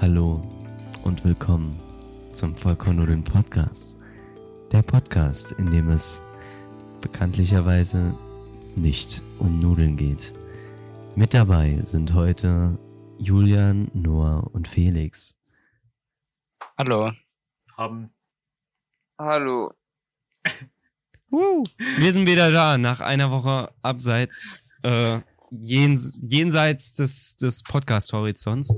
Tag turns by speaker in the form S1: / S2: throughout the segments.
S1: Hallo und willkommen zum Vollkornnudeln Podcast. Der Podcast, in dem es bekanntlicherweise nicht um Nudeln geht. Mit dabei sind heute Julian, Noah und Felix.
S2: Hallo.
S3: haben.
S4: Hallo.
S1: Wir sind wieder da nach einer Woche abseits, äh, jens, jenseits des, des Podcast-Horizonts.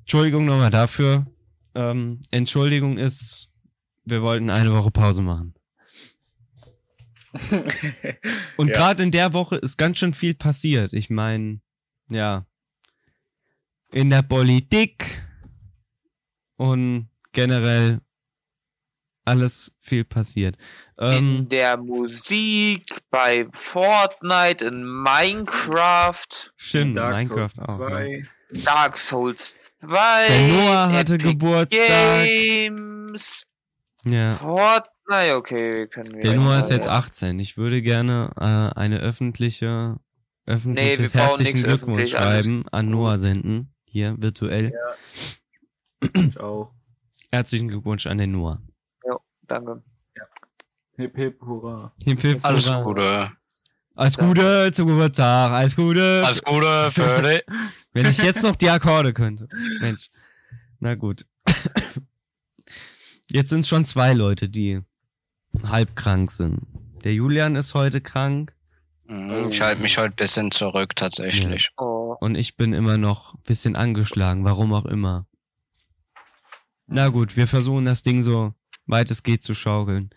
S1: Entschuldigung nochmal dafür. Ähm, Entschuldigung ist, wir wollten eine Woche Pause machen. Und
S3: Ja.
S1: gerade in der Woche ist ganz schön viel passiert. Ich meine, ja, in der Politik und generell alles viel passiert. Ähm,
S4: in der Musik, bei Fortnite, in Minecraft,
S1: Stimmt, Minecraft auch. ne? ja.
S3: Zwei.
S4: Dark Souls 2,
S1: Der Noah hatte
S4: Epic
S1: Geburtstag.
S4: Games,
S1: Ja.
S4: Fortnite, okay, können wir.
S1: Der Noah ist
S4: mal-
S1: jetzt 18. Ich würde gerne äh, eine öffentliche,
S4: Nee, wir
S1: öffentliches
S4: brauchen
S1: herzlichen
S4: nichts
S1: Glückwunsch
S4: öffentlich, alles
S1: schreiben an
S4: gut.
S1: Noah senden. Hier virtuell.
S3: Ich auch.
S1: Herzlichen Glückwunsch an den Noah.
S4: Danke.
S3: Hip hip hurra.
S1: Hip, hip,
S2: Alles
S1: hurra.
S2: Gute.
S1: Alles Gute zum Geburtstag. Alles Gute.
S2: Alles Gute für dich.
S1: Wenn ich jetzt noch die Akkorde könnte. Mensch. Na gut. Jetzt sind es schon zwei Leute, die halb krank sind. Der Julian ist heute krank
S2: Mhm, Ich halte mich heute ein bisschen zurück, tatsächlich.
S4: Oh,
S1: und ich bin immer noch ein bisschen angeschlagen, warum auch immer. Na gut, wir versuchen das Ding so weit es geht zu schaukeln.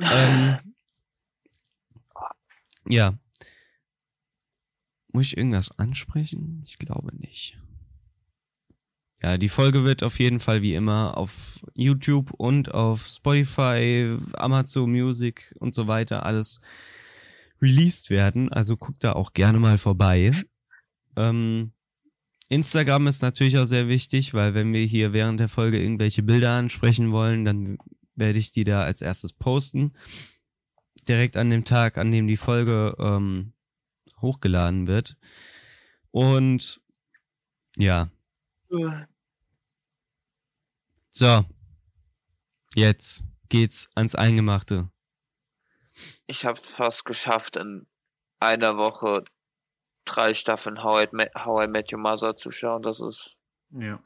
S1: Ähm, ja. Muss ich irgendwas ansprechen? Ich glaube nicht. Ja, die Folge wird auf jeden Fall wie immer auf YouTube und auf Spotify, Amazon Music und so weiter alles released werden. Also guckt da auch gerne mal vorbei. Ähm, Instagram ist natürlich auch sehr wichtig, weil wenn wir hier während der Folge irgendwelche Bilder ansprechen wollen, dann werde ich die da als erstes posten. Direkt an dem Tag, an dem die Folge ähm, hochgeladen wird. Und ja, so. Jetzt geht's ans Eingemachte.
S4: ich hab's fast geschafft, in einer Woche drei Staffeln How I Met, How I Met Your Mother zu schauen. Das ist,
S3: Ja.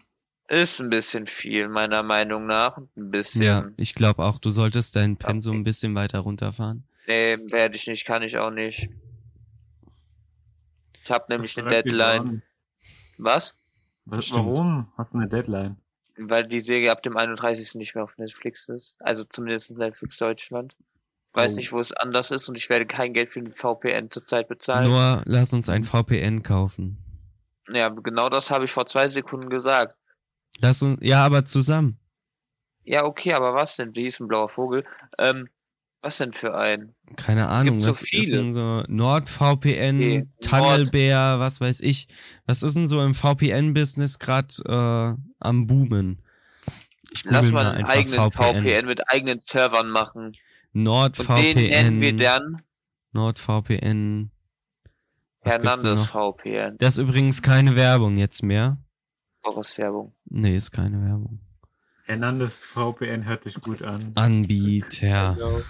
S4: ist ein bisschen viel, meiner Meinung nach. Ein bisschen.
S1: Ja, ich glaube auch, du solltest dein Pensum
S4: Okay.
S1: ein bisschen weiter runterfahren.
S4: Nee, werde ich nicht, kann ich auch nicht. Ich habe nämlich
S3: Das
S4: eine
S3: läuft wieder
S4: Deadline.
S3: an.
S4: Was?
S3: Was,
S1: Stimmt.
S3: warum hast du eine Deadline?
S4: Weil die Serie ab dem 31. nicht mehr auf Netflix ist. Also zumindest in Netflix Deutschland. Weiß
S3: Oh.
S4: nicht, wo es anders ist und ich werde kein Geld für den VPN zurzeit bezahlen.
S1: Nur lass uns ein VPN kaufen.
S4: Ja, genau das habe ich vor zwei Sekunden gesagt.
S1: Lass uns, ja, aber zusammen.
S4: Ja, okay, aber was denn? Wie ist ein blauer Vogel? Ähm, was denn für ein?
S1: Keine Ahnung,
S4: gibt so
S1: was ist
S4: viele.
S1: denn so NordVPN,
S4: Okay,
S1: Tunnelbär, was weiß ich. Was ist denn so im VPN-Business gerade äh, am Boomen? Ich
S4: Lass
S1: google
S4: mal einen eigenen VPN. mit eigenen Servern machen. Und den nennen wir
S1: NordVPN,
S4: dann
S1: NordVPN. Was gibt's denn
S4: Hernandez
S1: noch?
S4: VPN.
S1: Das ist übrigens keine Werbung jetzt mehr.
S4: Boris Werbung.
S1: Nee, ist keine Werbung.
S3: Hernandez VPN hört sich gut an.
S1: Ah. Anbieter.
S4: Genau.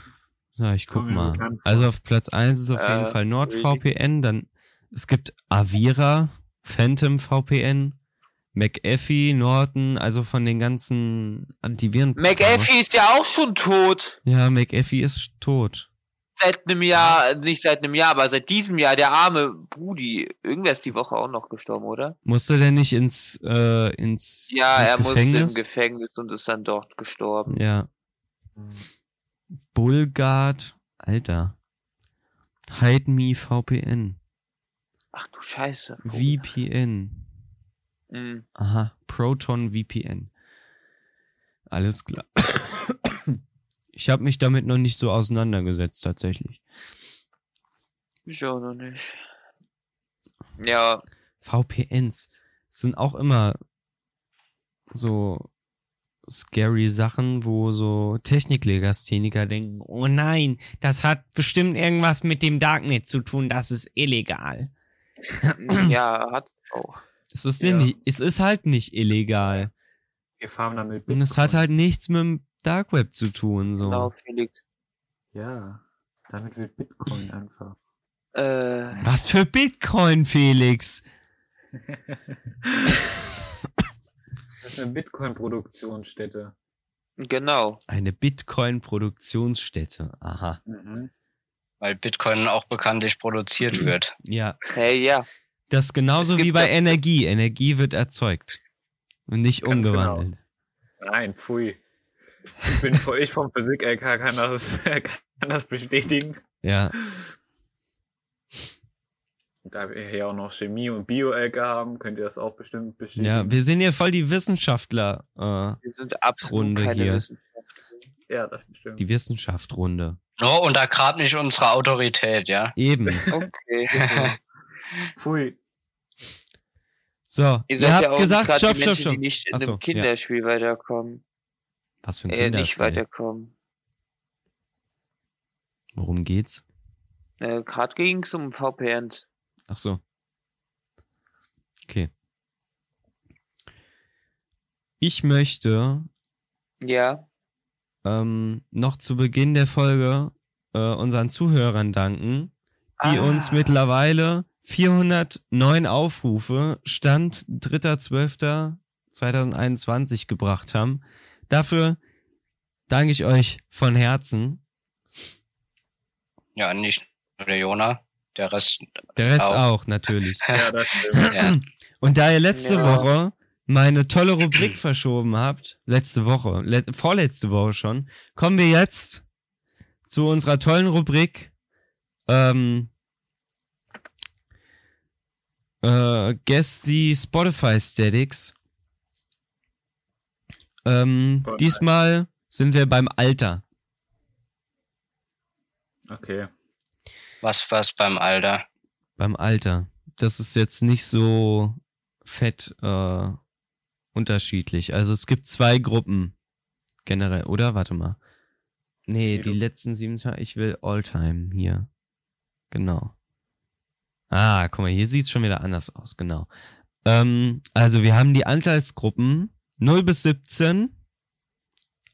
S1: So, ich guck
S3: Kommt mir
S1: mal.
S3: bekannt
S1: Also auf Platz 1 ist auf
S4: Äh,
S1: jeden Fall NordVPN, dann es gibt Avira, Phantom VPN, McAfee, Norton, also von den ganzen Antiviren.
S4: McAfee ist ja auch schon tot.
S1: Ja, McAfee ist tot.
S4: Seit einem Jahr, äh, nicht seit einem Jahr, aber seit diesem Jahr, der arme Brudi. Irgendwer ist die Woche auch noch gestorben, oder?
S1: Musste der nicht ins, äh, ins,
S4: Ja,
S1: ins
S4: er musste im
S1: Gefängnis?
S4: Gefängnis und ist dann dort gestorben.
S1: Ja, Bulgard, Alter. Hide Me VPN,
S4: Ach du Scheiße.
S1: VPN.
S4: Mm.
S1: Aha, Proton VPN. Alles klar. Ich habe mich damit noch nicht so auseinandergesetzt, tatsächlich.
S4: Ich auch noch nicht. Ja,
S1: VPNs sind auch immer so scary Sachen, wo so Techniklegastheniker denken, oh nein, das hat bestimmt irgendwas mit dem Darknet zu tun, das ist illegal.
S4: hm, ja, hat auch.
S1: Es ist,
S3: Ja.
S1: nicht, es ist halt nicht illegal.
S3: Wir farmen damit
S1: Und es hat halt nichts mit dem Dark Web zu tun. So.
S4: Genau, Felix.
S3: Ja, damit wird Bitcoin einfach.
S4: Äh,
S1: Was für Bitcoin, Felix?
S3: Das ist eine Bitcoin-Produktionsstätte.
S4: genau.
S1: Eine Bitcoin-Produktionsstätte. Aha.
S3: Mhm.
S2: Weil Bitcoin auch bekanntlich produziert wird.
S1: Ja.
S4: Hey, ja.
S1: Das ist genauso
S4: Es gibt
S1: wie bei
S4: das-
S1: Energie. Energie wird erzeugt. Und nicht
S3: Ganz
S4: genau.
S1: umgewandelt.
S3: Nein, pfui. Ich bin voll, ich vom Physik-LK kann das, kann das bestätigen.
S1: Ja.
S3: Da wir hier auch noch Chemie und Bio-LK haben, könnt ihr das auch bestimmt
S1: Ja,
S3: bestätigen.
S1: wir sind hier voll die Wissenschaftler. Äh,
S4: Wir sind absolut
S1: Runde
S4: keine
S1: hier.
S4: Wissenschaftler.
S3: Ja, das stimmt.
S1: die Wissenschaftrunde.
S2: Nur unter gerade nicht unsere Autorität, ja.
S1: Eben.
S4: Okay.
S3: Pfui.
S1: So,
S4: Ihr
S1: ihr,
S4: seid
S1: habt
S4: ja auch
S1: gesagt,
S4: nicht
S1: stopp,
S4: gerade
S1: stopp,
S4: die Menschen,
S1: stopp.
S4: die nicht in
S1: Ach so,
S4: einem Kinderspiel weiterkommen.
S1: Was für ein
S4: Äh, nicht
S1: Kinderspiel?
S4: weiterkommen.
S1: Worum geht's?
S4: Äh, Gerade ging es um VPNs.
S1: Ach so. Okay. Ich möchte
S4: Ja,
S1: ähm, noch zu Beginn der Folge äh, unseren Zuhörern danken, die
S4: Ah.
S1: uns mittlerweile 409 Aufrufe Stand 3.12.2021 gebracht haben. Dafür danke ich euch von Herzen.
S2: Ja, nicht nur der Jona, der Rest.
S1: Der Rest
S2: Auch.
S1: auch natürlich.
S3: Ja, das stimmt.
S2: Ja.
S1: Und da ihr letzte
S4: Ja.
S1: Woche meine tolle Rubrik verschoben habt, letzte Woche, le vorletzte Woche schon, kommen wir jetzt zu unserer tollen Rubrik ähm, äh, Guess the Spotify Statics. Ähm,
S3: Spotify.
S1: diesmal sind wir beim Alter.
S3: Okay.
S2: Was, was beim Alter?
S1: Beim Alter. Das ist jetzt nicht so fett äh, unterschiedlich. Also es gibt zwei Gruppen generell, oder? Warte mal. Nee,
S3: Nee,
S1: die
S3: du-
S1: letzten sieben Tage. Ich will Alltime hier. Genau. Ah, guck mal, hier sieht's schon wieder anders aus, genau. Ähm, also wir haben die Anteilsgruppen 0 bis 17,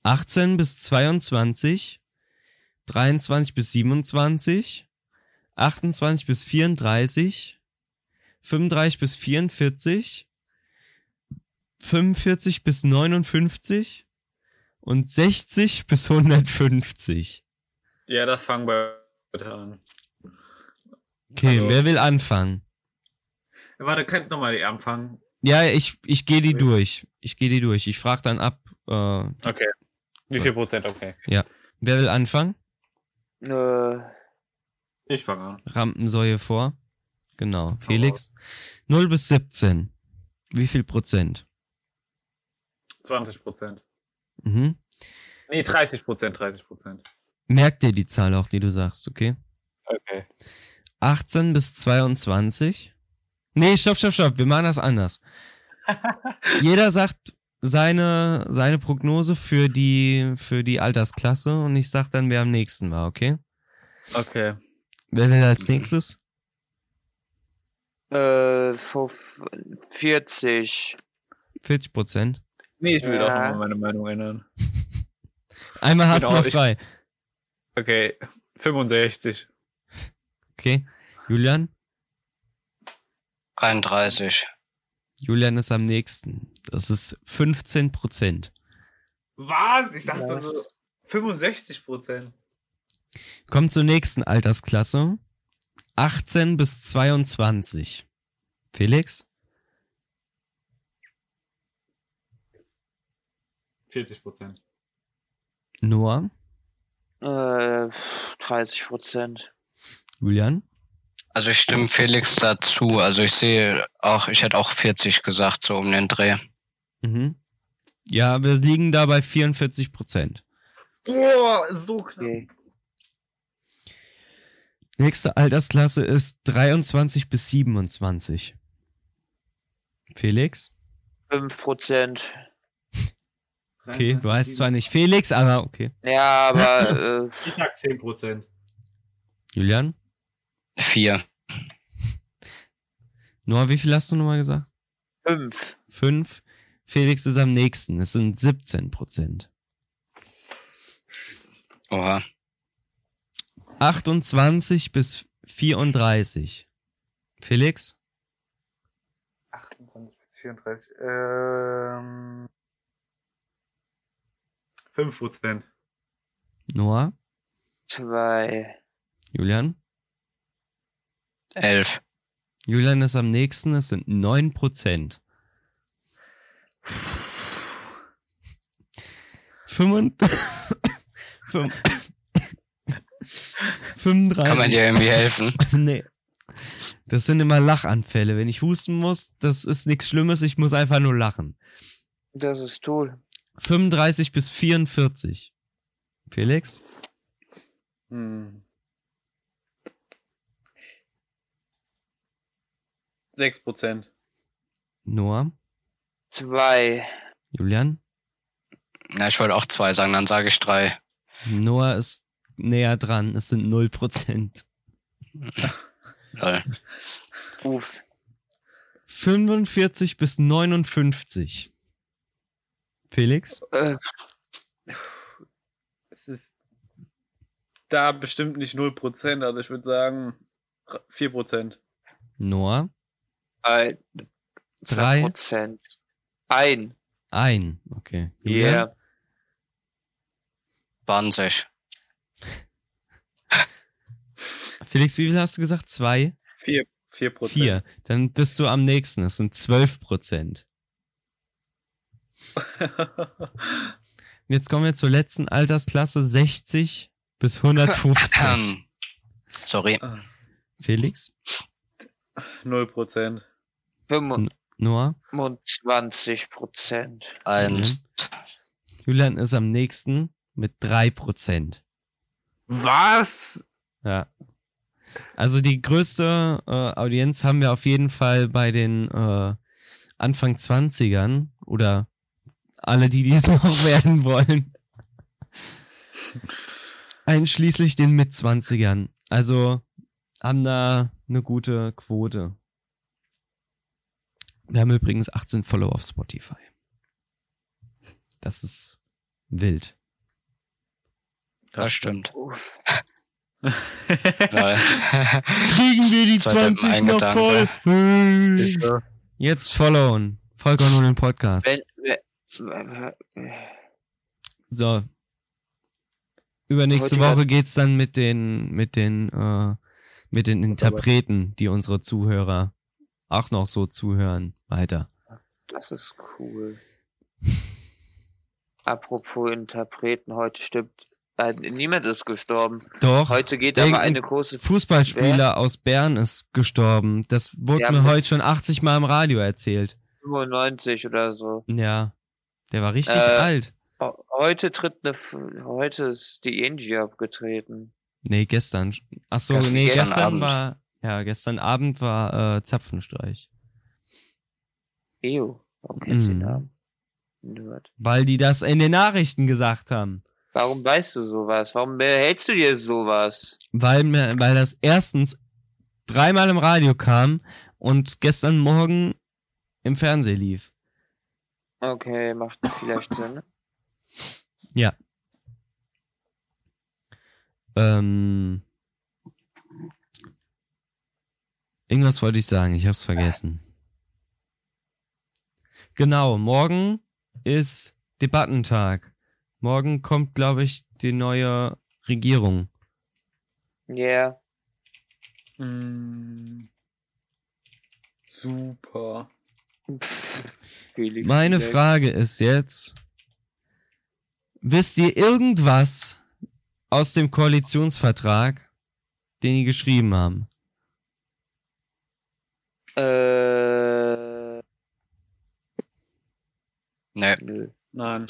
S1: 18 bis 22, 23 bis 27, 28 bis 34, 35 bis 44, 45 bis 59 und 60 bis 150.
S3: Ja, das fangen wir heute an.
S1: Okay,
S3: Also-
S1: wer will anfangen?
S3: Warte, kannst du nochmal die anfangen?
S1: Ja, ich, ich gehe die
S3: Okay.
S1: durch. Ich gehe die durch. Ich frage dann ab, äh,
S3: Okay. Wie viel Prozent? Okay.
S1: wer will anfangen?
S4: äh,
S3: Ich fange an.
S1: Rampensäue vor. Genau. Felix. 0 bis 17. Wie viel Prozent?
S3: 20 Prozent.
S1: Mhm.
S3: Nee, 30 Prozent, 30 Prozent.
S1: Merk dir die Zahl auch, die du sagst, okay?
S3: Okay.
S1: 18 bis 22. Nee, stopp, stopp, stopp. Wir machen das anders. Jeder sagt seine, seine Prognose für die, für die Altersklasse und ich sag dann, wer am nächsten war, okay?
S3: Okay.
S1: Wer will als
S3: Mhm.
S1: nächstes?
S4: äh, fuf- 40.
S1: 40 Prozent.
S3: Nee, ich will
S4: Ja.
S3: doch nochmal meine Meinung ändern.
S1: Einmal hast du
S3: Genau,
S1: noch
S3: ich-
S1: frei.
S3: Okay. 65.
S1: Okay. Julian?
S2: 33.
S1: Julian ist am nächsten. Das ist 15 Prozent.
S3: Was? Ich dachte,
S4: Was?
S3: das ist 65 Prozent.
S1: Kommt zur nächsten Altersklasse. 18 bis 22. Felix?
S3: 40 Prozent.
S1: Noah?
S4: Äh, 30 Prozent.
S1: Julian?
S2: Also ich stimme Felix dazu. Also ich sehe auch, ich hätte auch 40 gesagt, so um den Dreh.
S1: Mhm. Ja, wir liegen da bei 44 Prozent.
S3: Boah, so knapp.
S4: Okay.
S1: Nächste Altersklasse ist 23 bis 27. Felix?
S4: 5 Prozent.
S1: Okay, du heißt zwar nicht Felix, aber okay.
S4: Ja, aber äh,
S3: Ich sag 10 Prozent.
S1: Julian?
S2: 4.
S1: Noah, wie viel hast du nochmal gesagt?
S4: Fünf.
S1: 5. Felix ist am nächsten. Es sind 17 Prozent.
S2: Oha.
S1: 28 bis 34. Felix?
S3: 28, 34, ähm. 5 Prozent.
S1: Noah?
S4: Zwei.
S1: Julian?
S2: Elf.
S1: Julian ist am nächsten. Es sind 9 Prozent. 35.
S2: Kann man dir irgendwie helfen?
S1: Nee. Das sind immer Lachanfälle. Wenn ich husten muss, das ist nichts Schlimmes, ich muss einfach nur lachen.
S4: Das ist toll.
S1: 35 bis 44. Felix?
S3: Hm. 6 Prozent.
S1: Noah?
S4: Zwei.
S1: Julian?
S2: Na, ich wollte auch zwei sagen, dann sage ich drei.
S1: Noah ist näher dran. Es sind 0%.
S2: Lol.
S4: Uff.
S1: 45 bis 59. Felix?
S4: Äh,
S3: Es ist da bestimmt nicht 0 Prozent, also ich würde sagen 4 Prozent.
S1: Noah?
S4: ein.
S1: Drei.
S4: Prozent. Ein.
S1: Ein. Okay. Julian?
S4: Yeah.
S2: 20.
S1: Felix, wie viel hast du gesagt? Zwei?
S3: 4, 4 Prozent.
S1: Vier. Dann bist du am nächsten. Es sind 12%. Und jetzt kommen wir zur letzten Altersklasse 60 bis 150.
S2: Ähm. Sorry.
S1: Felix,
S3: 0 Prozent.
S1: Noah,
S4: 25 Prozent.
S1: Mhm.
S2: Eins.
S1: Julian ist am nächsten mit 3%.
S3: Was?
S1: Ja. Also die größte äh, Audienz haben wir auf jeden Fall bei den äh, Anfang 20ern oder alle, die dies noch werden wollen. Einschließlich den Mitzwanzigern. Also haben da eine gute Quote. Wir haben übrigens 18 Follower auf Spotify. Das ist wild.
S2: Das stimmt.
S4: Uff.
S2: Lol.
S1: Kriegen wir die
S2: Zweiter
S1: 20 noch Hm.
S2: Gedanke.
S1: voll? Jetzt followen. Volker nur den Podcast.
S4: Wenn, wenn,
S1: So. Übernächste
S4: Heute
S1: Woche geht's dann mit den, mit den, äh, mit den Interpreten, die unsere Zuhörer auch noch so zuhören, weiter.
S4: das ist cool. Apropos Interpreten, heute stimmt. Äh, niemand ist gestorben.
S1: Doch,
S4: Heute geht
S1: Irgendein
S4: aber eine große.
S1: Fußballspieler aus Bern ist gestorben. Das wurde
S4: Ja,
S1: mir
S4: aber-
S1: heute schon 80 Mal im Radio erzählt.
S4: 95 oder so.
S1: Ja. Der war richtig
S4: Äh,
S1: alt.
S4: Ho- Heute tritt eine. F heute ist die Angie abgetreten.
S1: Nee, gestern. Ach so,
S2: Gestern-
S1: nee,
S2: gestern
S1: gestern
S2: Abend.
S1: war, ja, gestern Abend war äh, Zapfenstreich.
S4: Ew. Warum kennst du den
S1: Mhm.
S4: Namen? Nerd.
S1: Weil die das in den Nachrichten gesagt haben.
S4: Warum weißt du sowas? Warum behältst du dir sowas?
S1: Weil, mir, weil das erstens dreimal im Radio kam und gestern Morgen im Fernsehen lief.
S4: Okay, macht vielleicht Sinn.
S1: Ähm, irgendwas wollte ich sagen, ich hab's vergessen. Genau, morgen ist Debattentag. Morgen kommt, glaube ich, die neue Regierung.
S4: Yeah.
S3: Mm. Super.
S4: Pff, Felix
S1: Meine
S4: Dirk.
S1: Frage ist jetzt, wisst ihr irgendwas aus dem Koalitionsvertrag, den die geschrieben haben?
S4: Äh,
S2: Nee.
S4: nö.
S3: Nein.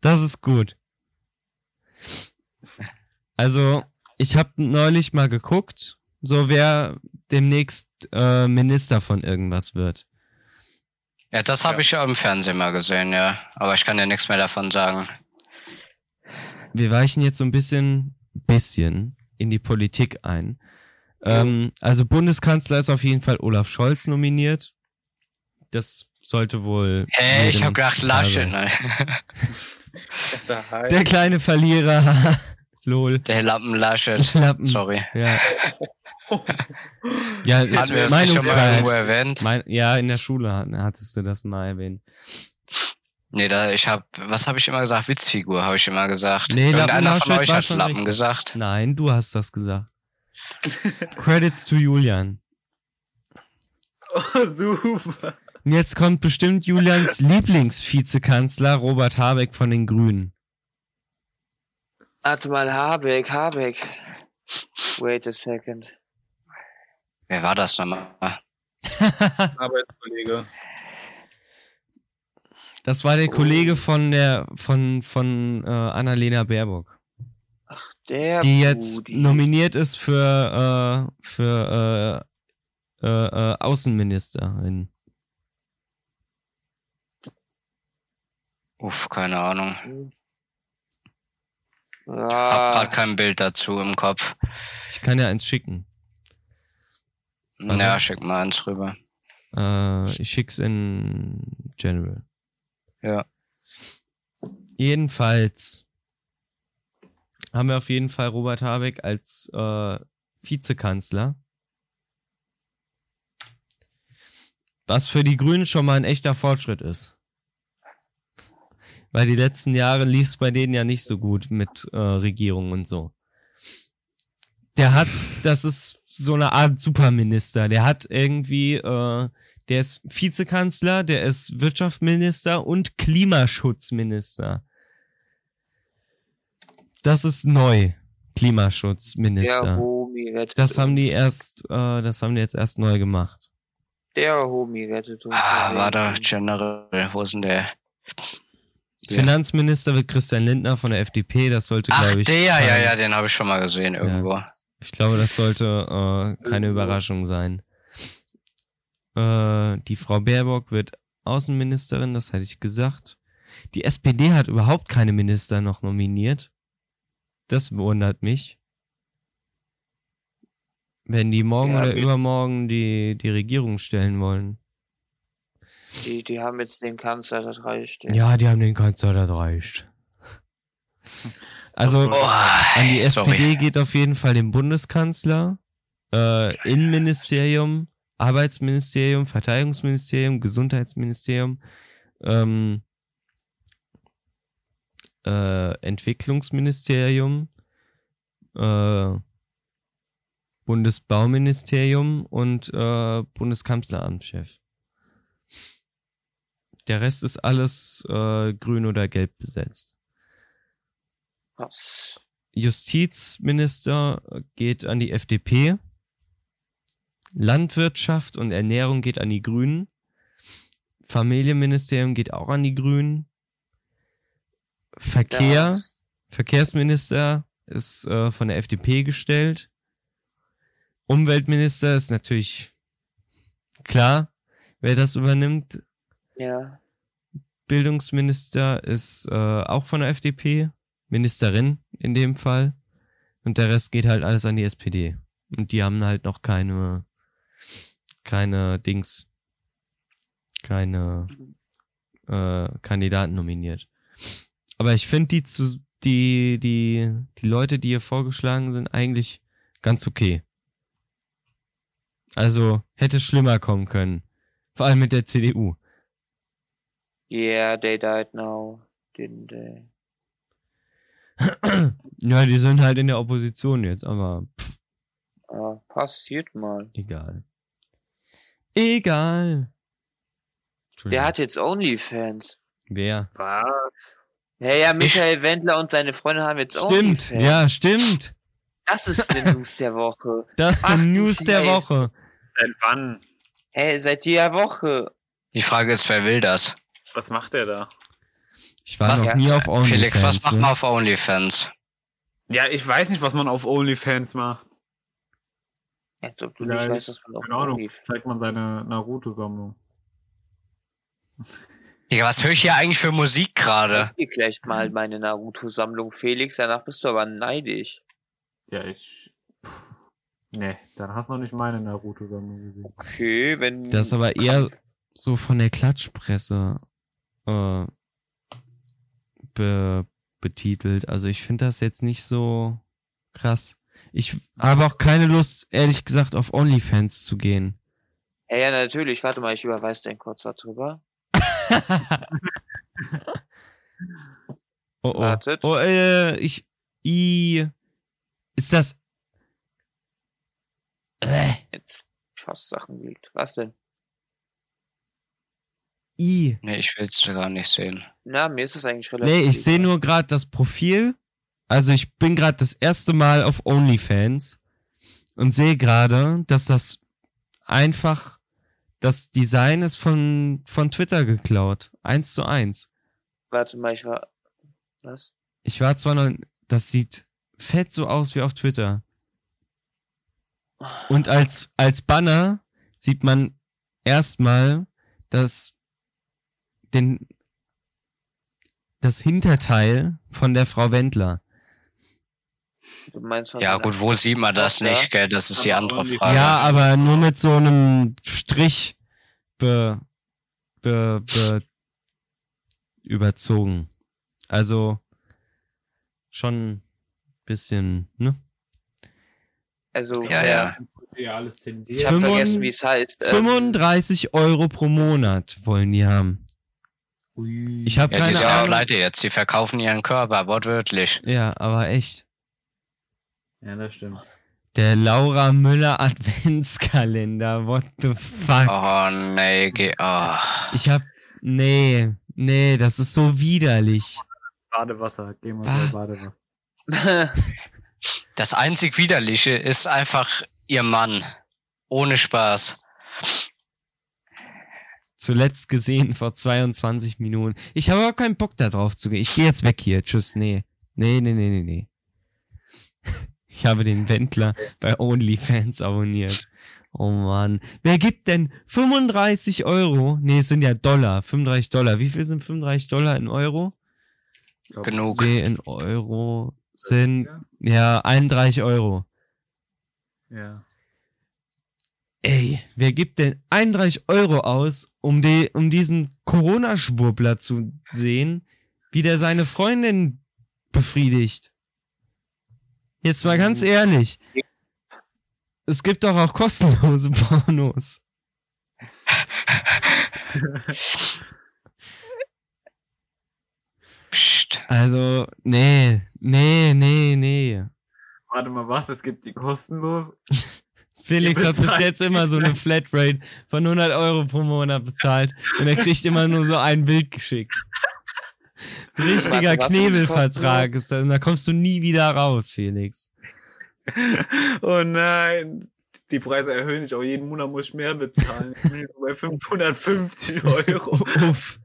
S1: Das ist gut. Also, ich habe neulich mal geguckt, so wer demnächst äh, Minister von irgendwas wird.
S2: Ja, das habe
S3: Ja.
S2: ich ja im Fernsehen mal gesehen, ja. Aber ich kann dir nichts mehr davon sagen.
S1: wir weichen jetzt so ein bisschen, bisschen in die Politik ein. Ähm, also Bundeskanzler ist auf jeden Fall Olaf Scholz nominiert. das sollte wohl.
S2: Hä, ich
S1: jedem
S2: hab gedacht, ne?
S1: klar
S2: Lasche.
S1: sein.
S2: Nein.
S3: Der Hai.
S1: Der kleine Verlierer. Lol.
S2: Der Lappen Laschet.
S1: Lappen.
S2: Sorry.
S1: Ja. ja,
S2: Hatten wir
S1: ist
S2: das nicht schon mal irgendwo
S1: Meinungsfreiheit.
S2: erwähnt?
S1: Mein, ja, in der Schule hat- hattest du das mal erwähnt.
S2: Nee, da, ich hab, was habe ich immer gesagt? Witzfigur habe ich immer gesagt.
S1: Nee,
S2: Irgendeiner
S1: Lappen
S2: von
S1: Laschet
S2: euch
S1: war
S2: hat
S1: schon
S2: Lappen
S1: richtig.
S2: gesagt.
S1: Nein, du hast das gesagt. Credits to Julian.
S3: Oh, super.
S1: Und jetzt kommt bestimmt Julians Lieblingsvizekanzler Robert Habeck von den Grünen.
S4: Warte mal, Habeck, Habeck. Wait a second.
S2: Wer war das nochmal?
S3: Arbeitskollege.
S1: Das war der
S4: Oh.
S1: Kollege von der von von äh, Annalena Baerbock,
S4: Der
S1: die jetzt
S4: Budi.
S1: nominiert ist für äh, für äh, äh, äh, Außenministerin.
S2: Uff, keine Ahnung.
S4: Ah,
S2: Hab
S4: Ja,
S2: grad kein Bild dazu im Kopf.
S1: Ich kann ja eins schicken. Warte.
S2: Ja, schick mal eins rüber.
S1: Äh, ich schick's in General.
S2: Ja.
S1: Jedenfalls haben wir auf jeden Fall Robert Habeck als äh, Vizekanzler. Was für die Grünen schon mal ein echter Fortschritt ist. Weil die letzten Jahre lief's bei denen ja nicht so gut mit äh, Regierung und so. Der hat, das ist so eine Art Superminister. Der hat irgendwie, äh, der ist Vizekanzler, der ist Wirtschaftsminister und Klimaschutzminister. Das ist neu,
S4: der
S1: Klimaschutzminister.
S4: Homie rettet
S1: das haben die
S4: uns.
S1: erst, äh, das haben die jetzt erst neu gemacht.
S4: Der Homie rettet uns.
S2: Ah, warte, General, wo ist denn der? Ja.
S1: Finanzminister wird Christian Lindner von der FDP. Das sollte,
S2: Ach,
S1: glaube
S2: der,
S1: ich,
S2: ja, ja,
S1: kein-
S2: ja, den habe ich schon mal gesehen irgendwo.
S1: Ich glaube, das sollte äh, keine
S4: Irgendwo.
S1: Überraschung sein. Äh, die Frau Baerbock wird Außenministerin, das hatte ich gesagt. Die SPD hat überhaupt keine Minister noch nominiert. Das wundert mich. Wenn die morgen
S4: Ja,
S1: oder
S4: gut.
S1: übermorgen die, die Regierung stellen wollen.
S4: Die, die haben jetzt den Kanzler da reinstehen.
S1: Ja, die haben den Kanzler, das reicht. Also,
S2: Oh,
S1: An die
S2: hey, sorry.
S1: SPD geht auf jeden Fall den Bundeskanzler, äh, Innenministerium, Arbeitsministerium, Verteidigungsministerium, Gesundheitsministerium, ähm, äh, Entwicklungsministerium, äh, Bundesbauministerium und äh, Bundeskanzleramtschef. Der Rest ist alles äh, grün oder gelb besetzt.
S4: Was?
S1: Justizminister äh, geht an die FDP. Landwirtschaft und Ernährung geht an die Grünen. Familienministerium geht auch an die Grünen. Verkehr,
S4: Das-
S1: Verkehrsminister ist äh, von der FDP gestellt. Umweltminister ist natürlich klar, wer das übernimmt.
S4: Ja.
S1: Bildungsminister ist äh, auch von der FDP, Ministerin in dem Fall. Und der Rest geht halt alles an die SPD. Und die haben halt noch keine, keine Dings, keine äh, Kandidaten nominiert. Aber ich finde die zu, die, die, die Leute, die hier vorgeschlagen sind, eigentlich ganz okay. Also hätte schlimmer kommen können. Vor allem mit der CDU.
S4: Yeah, they died now. Didn't they?
S1: Ja, die sind halt in der Opposition jetzt, aber pff,
S4: Ah, passiert mal.
S1: egal. Egal.
S4: Der
S1: Entschuldigung.
S4: hat jetzt Onlyfans.
S1: Wer?
S3: Was?
S4: Hey, ja, Michael Wendler und seine Freunde haben jetzt
S1: Stimmt,
S4: Onlyfans.
S1: ja, stimmt.
S4: Das ist die News der Woche.
S1: Das
S4: Ach, du
S1: News der
S4: Scheiß.
S1: Woche.
S3: Seit wann?
S4: Hey, seit der Woche.
S2: Die Frage ist, wer will das?
S3: Was macht der da?
S1: Ich war
S2: Was?
S1: noch
S4: Ja.
S1: nie auf OnlyFans.
S2: Felix, was macht
S1: ne?
S2: man auf OnlyFans?
S3: Ja, ich weiß nicht, was man auf OnlyFans macht.
S4: Als ob du nicht
S3: Vielleicht.
S4: weißt, dass man
S3: Keine
S4: auch
S3: Ahnung.
S4: Onlyfans.
S3: Zeigt man seine Naruto-Sammlung.
S2: Digga, was höre ich hier eigentlich für Musik gerade?
S4: Ich dir gleich mal meine Naruto-Sammlung, Felix. Danach bist du aber neidisch.
S3: Ja, ich. Pff. Nee, dann hast du noch nicht meine Naruto-Sammlung gesehen.
S4: Okay, wenn.
S1: Das ist aber eher- so von der Klatschpresse äh, be betitelt. Also ich finde das jetzt nicht so krass. Ich habe auch keine Lust, ehrlich gesagt, auf OnlyFans zu gehen.
S4: Ja, ja, natürlich. Warte mal, ich überweise den kurz was drüber.
S1: Oh, oh.
S4: Wartet.
S1: oh äh, ich. I, ist das. Äh,
S4: Jetzt fast Sachen liegt. Was denn?
S1: I.
S2: Nee, ich will's gar nicht sehen.
S4: Na, mir ist das eigentlich relativ.
S1: Nee, ich sehe
S4: egal.
S1: nur gerade das Profil. Also ich bin gerade das erste Mal auf OnlyFans und sehe gerade, dass das einfach das Design ist von, von Twitter geklaut. Eins zu eins.
S4: Warte mal, ich war. Was?
S1: Ich war zwar noch, das sieht fett so aus wie auf Twitter. Und als, als Banner sieht man erstmal das, den, das Hinterteil von der Frau Wendler.
S4: Du meinst von
S2: Ja
S4: meiner-
S2: gut, wo sieht man das
S4: Ja.
S2: nicht, gell? Das ist die
S3: Aber
S2: andere
S3: Only-
S2: Frage.
S1: Ja, aber nur mit so einem Strich be, be, be, überzogen. Also schon ein bisschen, ne?
S4: Also,
S2: Ja, ja.
S3: Ja, alles zensiert.
S4: Ich habe
S1: Fünfund-
S4: vergessen, wie es heißt. Ähm,
S1: 35 Euro pro Monat wollen die haben. Ich habe
S2: Ja, die
S1: keine
S2: sind ja
S1: Ahnung.
S2: pleite jetzt. Die verkaufen ihren Körper, wortwörtlich.
S1: Ja, aber echt.
S3: Ja, das stimmt.
S1: Der Laura Müller Adventskalender, what the fuck?
S2: Oh nee, geh. Oh.
S1: Ich hab, nee, nee, das ist so widerlich.
S3: Badewasser, gehen wir
S1: Ah.
S3: mal Badewasser.
S2: Das einzig Widerliche ist einfach ihr Mann. Ohne Spaß.
S1: Zuletzt gesehen vor 22 Minuten. Ich habe auch keinen Bock da drauf zu gehen. Ich gehe jetzt weg hier. Tschüss. Nee. Nee, nee, nee, nee, nee. Ich habe den Wendler bei OnlyFans abonniert. Oh Mann. Wer gibt denn 35 Euro? Nee, es sind ja Dollar. 35 Dollar. Wie viel sind 35 Dollar in Euro?
S3: Ich glaub,
S2: Genug.
S1: Nee, in Euro sind,
S3: Ja.
S1: ja, 31 Euro.
S3: ja.
S1: Ey, wer gibt denn 31 Euro aus, um, die, um diesen Corona-Schwurbler zu sehen, wie der seine Freundin befriedigt? Jetzt mal ganz ehrlich. Es gibt doch auch kostenlose Pornos.
S2: Psst.
S1: Also, nee, nee, nee, nee.
S3: Warte mal, was? Es gibt die kostenlos.
S1: Felix
S3: Ihr
S1: hat bis
S3: bezahlt
S1: jetzt immer so eine Flatrate von 100 Euro pro Monat bezahlt und er kriegt immer nur so ein Bild geschickt. So ein richtiger
S4: Warte, was ist
S1: Knebelvertrag ist das und da kommst du nie wieder raus, Felix.
S3: Oh nein. Die Preise erhöhen sich auch jeden Monat, muss ich mehr bezahlen. Ich bin jetzt bei 550 Euro.
S1: Uff,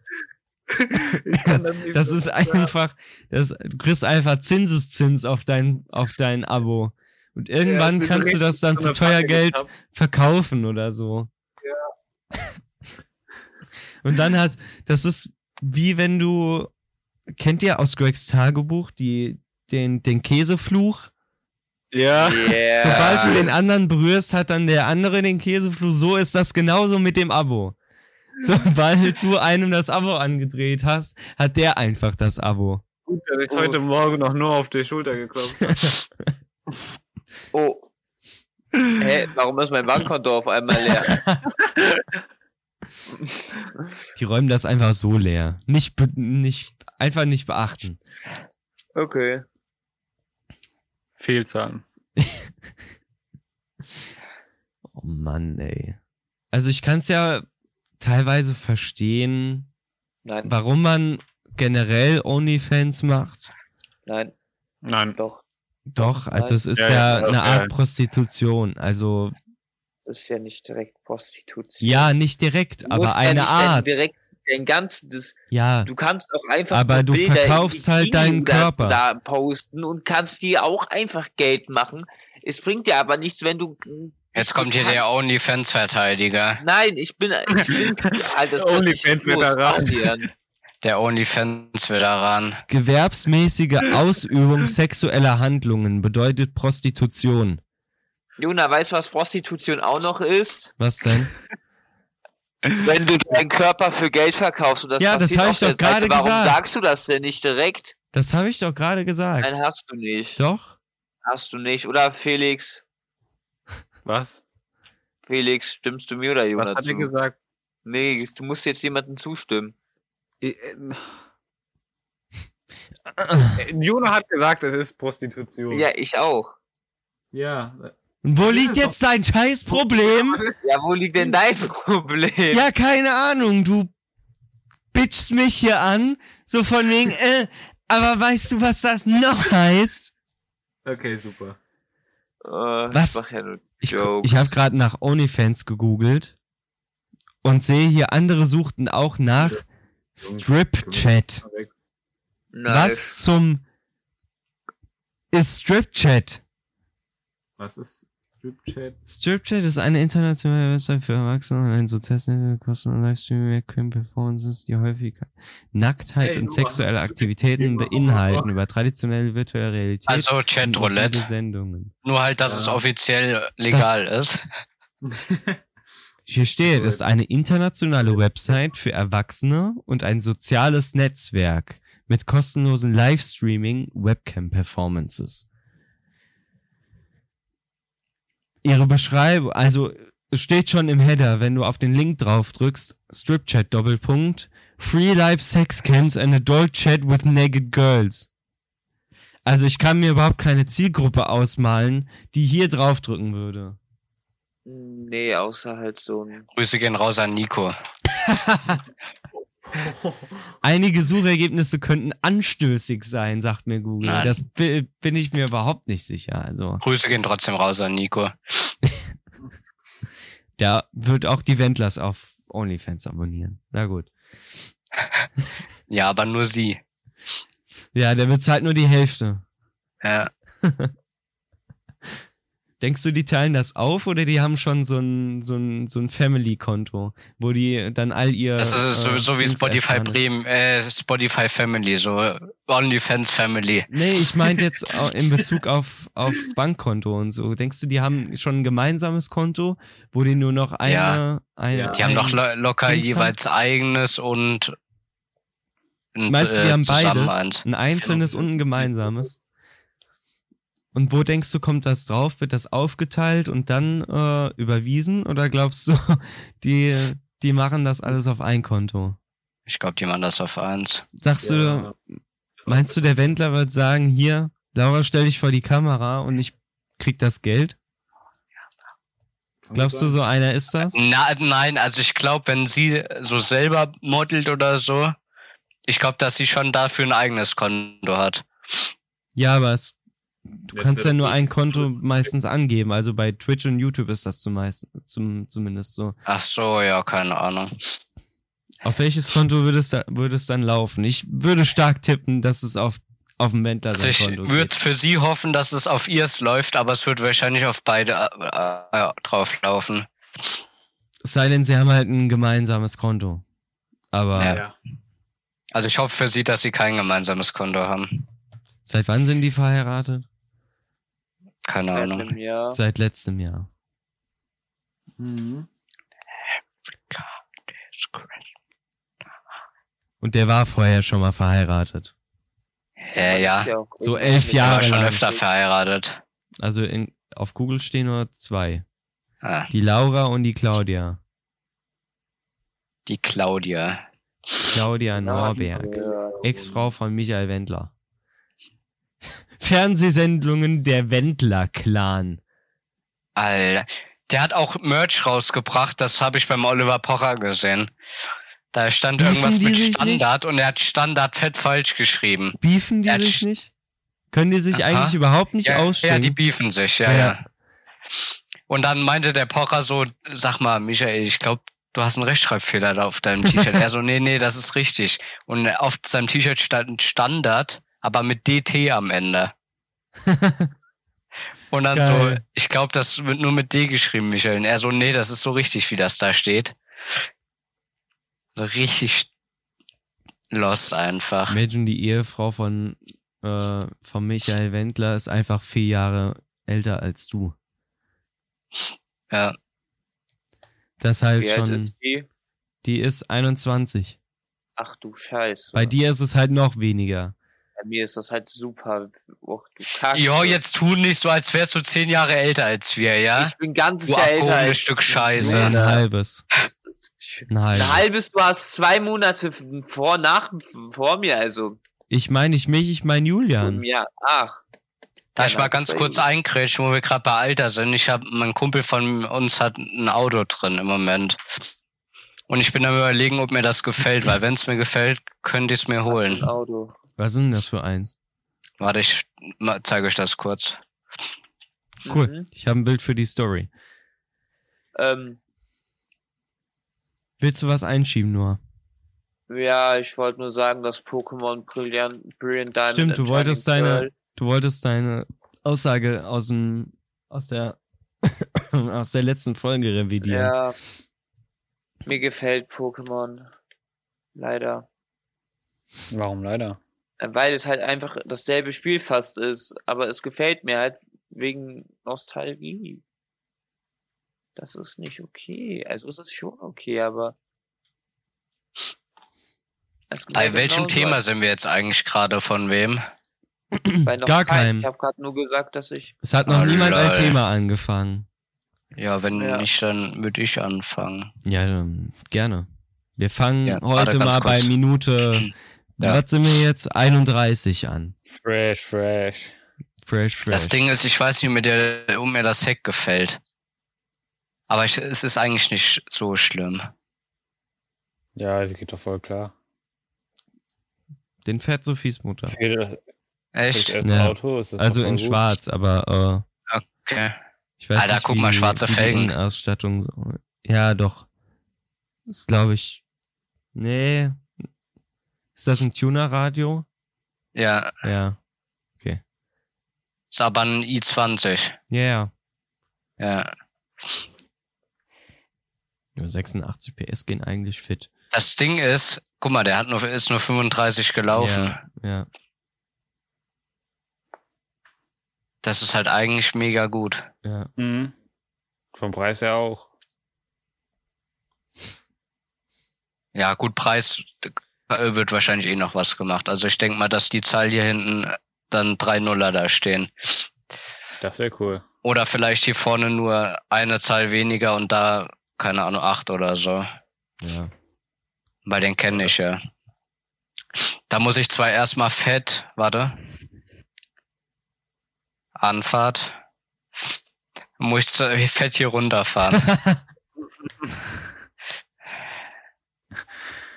S3: Ich kann das nicht
S1: das
S3: so
S1: ist
S3: bezahlen.
S1: einfach, das, du kriegst einfach Zinseszins auf dein, auf dein Abo. Und irgendwann
S3: ich bin
S1: kannst du
S3: richtig
S1: das dann
S3: von der
S1: für teuer
S3: Pfanne
S1: Geld
S3: getappt.
S1: verkaufen oder so. Ja. Und dann hat, das ist wie wenn du, kennt ihr aus Gregs Tagebuch die, den, den Käsefluch?
S3: Ja.
S4: Yeah.
S1: Sobald du den anderen berührst, hat dann der andere den Käsefluch. So ist das genauso mit dem Abo. Sobald du einem das Abo angedreht hast, hat der einfach das Abo.
S3: Gut, dass ich heute Morgen noch nur auf die Schulter geklopft habe.
S4: Oh. Hä, warum ist mein Bankkonto auf einmal leer?
S1: Die räumen das einfach so leer. Nicht, be- nicht, einfach nicht beachten.
S4: Okay.
S3: Fehlzahlen.
S1: Oh Mann, ey. Also ich kann es ja teilweise verstehen,
S4: Nein,
S1: warum man generell OnlyFans macht.
S4: nein,
S3: Nein.
S4: doch.
S1: Doch, also es ist
S3: Ja,
S1: ja,
S3: ja, ja,
S1: eine
S3: ja.
S1: Art Prostitution. Also
S4: Das ist ja nicht direkt Prostitution.
S1: ja, nicht direkt,
S4: Du
S1: aber
S4: musst ja
S1: eine
S4: nicht dein-
S1: Art.
S4: Direkt dein ganzes, das,
S1: ja,
S4: du kannst auch einfach.
S1: Aber
S4: nur
S1: du
S4: Bilder in
S1: verkaufst halt
S4: Bikini
S1: deinen
S4: oder
S1: Körper.
S4: Da posten und kannst die auch einfach Geld machen. Es bringt dir aber nichts, wenn du.
S2: Jetzt kommt hier der OnlyFans-Verteidiger.
S4: Nein, ich bin. Ich bin Alter, das
S3: Onlyfans
S4: wird nicht
S3: wird da ran.
S4: passieren.
S2: Der OnlyFans-Veteran.
S1: gewerbsmäßige Ausübung sexueller Handlungen bedeutet Prostitution.
S4: Jona, weißt du, was Prostitution auch noch ist?
S1: Was denn?
S4: Wenn du deinen Körper für Geld verkaufst und das
S1: Ja, das
S4: passiert
S1: hab
S4: auf
S1: ich
S4: der
S1: doch gerade
S4: Seite, warum
S1: gesagt.
S4: sagst du das denn nicht direkt?
S1: Das habe ich doch gerade gesagt.
S4: Nein, hast du nicht.
S1: Doch?
S4: Hast du nicht. Oder Felix?
S5: Was?
S4: Felix, stimmst du mir oder
S3: Was
S4: Jonas
S3: hat er
S4: zu?
S3: gesagt?
S4: Nee, du musst jetzt jemandem zustimmen.
S3: Ich- äh, Jona hat gesagt, es ist Prostitution.
S4: Ja, ich auch.
S5: Ja.
S1: Und Wo liegt jetzt dein Scheißproblem?
S4: Ja, wo liegt denn dein Problem?
S1: Ja, keine Ahnung, du bitchst mich hier an, so von wegen, äh, aber weißt du, was das noch heißt?
S3: Okay, super.
S4: Äh,
S1: Was?
S4: Ich mach ja nur
S1: Ich, gu-
S4: Jokes.
S1: ich habe gerade nach OnlyFans gegoogelt und sehe hier, andere suchten auch nach Strip-Chat.
S4: Nein.
S1: Was zum ist Strip-Chat?
S5: Was ist Stripchat?
S1: Stripchat ist eine internationale Website für Erwachsene um und ein Sozialnetzwerk kostenloser Livestreaming, Webcam, Performances, die häufig Nacktheit
S5: Hey,
S1: und
S5: du,
S1: sexuelle
S5: hast du
S1: Aktivitäten
S5: das Thema
S1: beinhalten
S5: auch?
S1: über traditionelle virtuelle Realität.
S2: Also
S1: und mobile
S2: Chatroulette.
S1: Sendungen.
S2: Nur halt, dass es
S5: Ja.
S2: offiziell legal ist.
S1: Hier steht, ist eine internationale Website für Erwachsene und ein soziales Netzwerk mit kostenlosen Livestreaming, Webcam-Performances. Ihre Beschreibung, also es steht schon im Header, wenn du auf den Link drauf drückst, Stripchat Doppelpunkt, Free Live Sex Camps and Adult Chat with Naked Girls. Also ich kann mir überhaupt keine Zielgruppe ausmalen, die hier draufdrücken würde.
S4: Nee, außer halt so ein.
S2: Grüße gehen raus an Nico.
S1: Einige Suchergebnisse könnten anstößig sein, sagt mir Google.
S2: Nein.
S1: Das bi- bin ich mir überhaupt nicht sicher. Also,
S2: Grüße gehen trotzdem raus an Nico.
S1: da wird auch die Wendlers auf OnlyFans abonnieren. Na gut.
S2: Ja, aber nur sie.
S1: Ja, der bezahlt nur die Hälfte.
S2: Ja.
S1: Denkst du, die teilen das auf oder die haben schon so ein, so ein, so ein Family-Konto, wo die dann all ihr.
S2: Das ist so,
S1: äh,
S2: so wie
S1: Dings
S2: Spotify
S1: erfahren?
S2: Bremen, äh, Spotify Family, so OnlyFans Family.
S1: Nee, ich meinte jetzt au- in Bezug auf, auf Bankkonto und so. Denkst du, die haben schon ein gemeinsames Konto, wo die nur noch eine.
S2: Ja.
S1: eine
S5: Ja.
S2: Die haben doch lo locker
S1: Dings
S2: jeweils eigenes und, und
S1: Meinst du,
S2: äh,
S1: wir haben
S2: zusammen
S1: beides?
S2: eins.
S1: Ein einzelnes und ein gemeinsames. Und wo denkst du, kommt das drauf? Wird das aufgeteilt und dann äh, überwiesen? Oder glaubst du, die, die machen das alles auf ein Konto?
S2: Ich glaube, die machen das auf eins.
S1: Sagst du, meinst du, der Wendler wird sagen, hier, Laura, stell dich vor die Kamera und ich krieg das Geld? Glaubst du, so einer ist das?
S2: Na, nein, also ich glaube, wenn sie so selber modelt oder so, ich glaube, dass sie schon dafür ein eigenes Konto hat.
S1: Ja, aber es, du
S5: Jetzt
S1: kannst ja
S5: wird
S1: nur
S5: die-
S1: ein Konto meistens angeben. Also bei Twitch und YouTube ist das zumeist, zum, zumindest so.
S2: Ach so, ja, keine Ahnung.
S1: Auf welches Konto würde es, da, würde es dann laufen? Ich würde stark tippen, dass es auf, auf dem Wendler
S2: Also
S1: sein
S2: ich
S1: Konto
S2: würde
S1: geht.
S2: für sie hoffen, dass es auf ihrs läuft, aber es wird wahrscheinlich auf beide äh, äh, drauflaufen.
S1: Es sei denn, sie haben halt ein gemeinsames Konto. Aber
S2: Ja. Also ich hoffe für sie, dass sie kein gemeinsames Konto haben.
S1: seit wann sind die verheiratet?
S2: Keine
S4: Seit
S2: Ahnung.
S4: einem Jahr.
S1: Seit letztem Jahr.
S3: Mhm.
S1: Und der war vorher schon mal verheiratet.
S2: Ja, ja.
S4: Ist auch
S1: So
S4: irgendwie
S1: elf
S4: nicht
S2: Er
S1: Jahre
S2: war schon
S1: lang.
S2: öfter verheiratet.
S1: Also in, auf Google stehen nur zwei.
S2: Ah,
S1: Die Laura und die Claudia.
S2: die Claudia.
S1: Claudia Norberg.
S4: äh,
S1: Ex-Frau von Michael Wendler. Fernsehsendungen der Wendler-Clan.
S2: Alter. Der hat auch Merch rausgebracht, das habe ich beim Oliver Pocher gesehen. Da stand
S1: Dürfen
S2: irgendwas
S1: die
S2: mit
S1: sich
S2: Standard und er hat Standard fett falsch geschrieben.
S1: Beefen die
S2: Ja,
S1: sich
S2: sch-
S1: nicht? Können die sich
S2: Aha.
S1: eigentlich überhaupt nicht
S2: Ja,
S1: ausstehen?
S2: ja, die beefen sich, ja,
S1: Ja.
S2: ja, Und dann meinte der Pocher so, sag mal, Michael, ich glaube, du hast einen Rechtschreibfehler da auf deinem T-Shirt. er so, nee, nee, das ist richtig. Und auf seinem T-Shirt stand Standard, aber mit DT am Ende. Und dann so,
S1: Geil.
S2: ich glaube, das wird nur mit D geschrieben, Michael. Und er so, nee, das ist so richtig, wie das da steht. So richtig lost einfach.
S1: Imagine, die Ehefrau von, äh, von Michael Wendler ist einfach vier Jahre älter als du.
S2: Ja.
S1: Das ist halt
S4: Wie alt
S1: schon
S4: ist die?
S1: Die ist 21.
S4: Ach du Scheiße.
S1: Bei dir ist es halt noch weniger.
S4: Bei mir ist das halt super. Och, du Kacke.
S2: Jo, jetzt tu nicht so, als wärst du zehn Jahre älter als wir, ja?
S4: Ich bin ein ganzes
S2: Du
S4: Jahr älter.
S2: abgehobenes
S4: als-
S2: Stück Scheiße.
S1: Ein
S4: Nee, ne.
S1: halbes. Ein
S4: Ein
S1: halbes.
S4: halbes, du hast zwei Monate vor, nach, vor mir, also.
S1: Ich meine nicht mich, ich meine Julian.
S4: Ja, ach.
S2: Darf ich
S4: Keine
S2: mal ganz
S4: Ahnung.
S2: kurz eingrätschen, wo wir gerade bei Alter sind? Ich habe, mein Kumpel von uns hat ein Auto drin im Moment. Und ich bin am überlegen, ob mir das gefällt, weil wenn es mir gefällt, könnte ich es
S4: Hast
S2: mir
S4: du
S2: holen.
S4: Ein Auto.
S1: Was ist denn das für eins?
S2: Warte, ich ma- zeige euch das kurz.
S1: Cool.
S4: Mhm.
S1: Ich habe ein Bild für die Story.
S4: Ähm,
S1: Willst du was einschieben, nur?
S4: ja, ich wollte nur sagen, dass Pokémon Brilliant, Brilliant Diamond.
S1: Stimmt,
S4: and
S1: du wolltest
S4: Shining
S1: deine-
S4: Pearl-
S1: Du wolltest deine Aussage aus dem aus der aus der letzten Folge revidieren.
S4: Ja. Mir gefällt Pokémon. Leider.
S3: Warum leider?
S4: Äh, Weil es halt einfach dasselbe Spiel fast ist. Aber es gefällt mir halt wegen Nostalgie. Das ist nicht okay. Also es ist schon okay, aber. Es
S2: Bei
S4: gefällt mir
S2: welchem
S4: genauso.
S2: Thema sind wir jetzt eigentlich gerade? Von wem?
S4: Bei noch
S1: Gar
S4: Gar
S1: keinem.
S4: keinem. Ich habe gerade nur gesagt, dass ich.
S1: Es hat noch
S2: Ah,
S1: niemand ein
S2: lol.
S1: Thema angefangen.
S2: Ja, wenn
S4: Ja.
S2: nicht, dann würde ich anfangen.
S1: Ja, dann gerne. Wir fangen
S2: Ja,
S1: heute
S2: warte ganz
S1: mal bei
S2: kurz.
S1: Minute,
S2: Ja.
S1: was sind wir jetzt? 31 an.
S5: Fresh, fresh.
S1: Fresh, fresh.
S2: Das Ding ist, ich weiß nicht, mit der, ob mir das Heck gefällt. Aber ich, es ist eigentlich nicht so schlimm.
S5: Ja, die geht doch voll klar.
S1: Den fährt Sophies Mutter.
S5: Geht das- das
S2: Echt?
S5: erste
S1: Ja.
S5: Auto? Ist das
S1: Also
S5: doch voll
S1: in
S5: gut.
S1: schwarz, aber äh,
S2: Okay.
S1: ich weiß
S2: Alter,
S1: nicht,
S2: guck
S1: wie,
S2: mal, schwarze
S1: wie die
S2: Felgen.
S1: Innenausstattung so. Ja, doch. Ist, glaube ich. Nee. Ist das ein Tuner-Radio?
S2: Ja,
S1: Ja.
S2: ist aber ein i20.
S1: Ja, ja.
S2: Ja.
S1: Ja, 86 PS gehen eigentlich fit.
S2: Das Ding ist, guck mal, der hat nur, ist nur 35 gelaufen.
S1: Ja, ja.
S2: Das ist halt eigentlich mega gut.
S1: ja.
S5: Mhm. Vom Preis her auch.
S2: Ja, gut, Preis äh, wird wahrscheinlich eh noch was gemacht. Also ich denke mal, dass die Zahl hier hinten dann drei Nuller da stehen.
S5: Das wäre cool.
S2: Oder vielleicht hier vorne nur eine Zahl weniger und da, keine Ahnung, acht oder so.
S1: ja.
S2: Weil den kenne ich ja. Da muss ich zwar erstmal fett, warte. Anfahrt. Muss ich zu- fett hier runterfahren.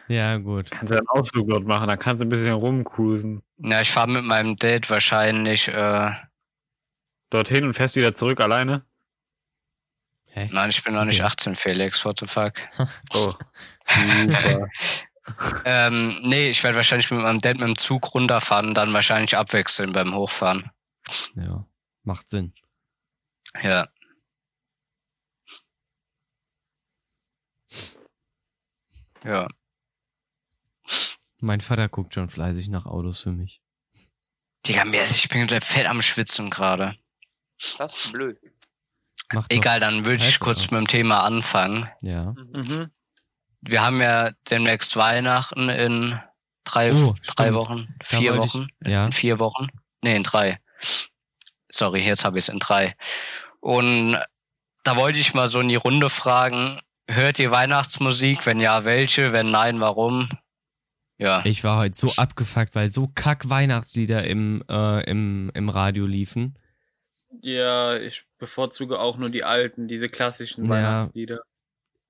S1: Ja, gut.
S5: Kannst du einen Ausflug dort machen, dann kannst du ein bisschen rumcruisen.
S2: ja, ich fahre mit meinem Date wahrscheinlich, äh,
S5: Dorthin und fährst wieder zurück alleine?
S1: Hä?
S2: nein, ich bin noch nicht
S1: Okay.
S2: 18, Felix, what the fuck.
S5: Oh. Super.
S2: Ähm, nee, ich werde wahrscheinlich mit meinem Date mit dem Zug runterfahren und dann wahrscheinlich abwechseln beim Hochfahren.
S1: Ja. Macht Sinn.
S2: Ja. Ja.
S1: Mein Vater guckt schon fleißig nach Autos für mich.
S2: Digga, mir ist, ich bin fett am Schwitzen gerade.
S4: Das ist blöd.
S1: Macht doch-
S2: Egal, dann würde ich
S1: Scheiße
S2: kurz
S1: drauf.
S2: mit dem Thema anfangen.
S1: Ja.
S3: Mhm.
S2: Wir haben ja demnächst Weihnachten in drei,
S1: Oh,
S2: drei
S1: stimmt.
S2: Wochen,
S1: Da
S2: vier
S1: wollte ich-
S2: Wochen,
S1: ja.
S2: in vier Wochen. Nee, in drei. Sorry, jetzt habe ich es in drei. Und da wollte ich mal so in die Runde fragen, hört ihr Weihnachtsmusik? Wenn ja, welche? Wenn nein, warum? Ja.
S1: Ich war heute so abgefuckt, weil so kack Weihnachtslieder im, äh, im, im Radio liefen.
S3: Ja, ich bevorzuge auch nur die alten, diese klassischen
S1: Ja.
S3: Weihnachtslieder.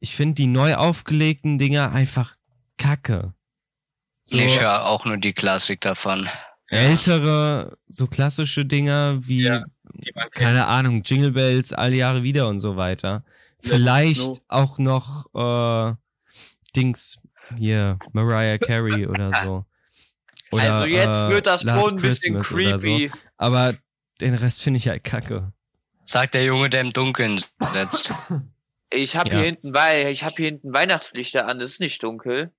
S1: Ich finde die neu aufgelegten Dinger einfach kacke. So
S2: Ich höre auch nur die Klassik davon.
S1: ältere, so klassische Dinger wie,
S3: Ja, Die man kennt.
S1: keine Ahnung, Jingle Bells, alle Jahre wieder und so weiter. Vielleicht
S3: Snow.
S1: auch noch äh, Dings hier, Mariah Carey oder so. Oder,
S4: also jetzt
S1: äh,
S4: wird das
S1: Last
S4: schon ein bisschen
S1: Christmas oder so.
S4: creepy.
S1: Aber den Rest finde ich halt kacke.
S2: Sagt der Junge, der im Dunkeln sitzt.
S4: Ich habe
S1: Ja.
S4: hier hinten Wei ich habe hier hinten Weihnachtslichter an, es ist nicht dunkel.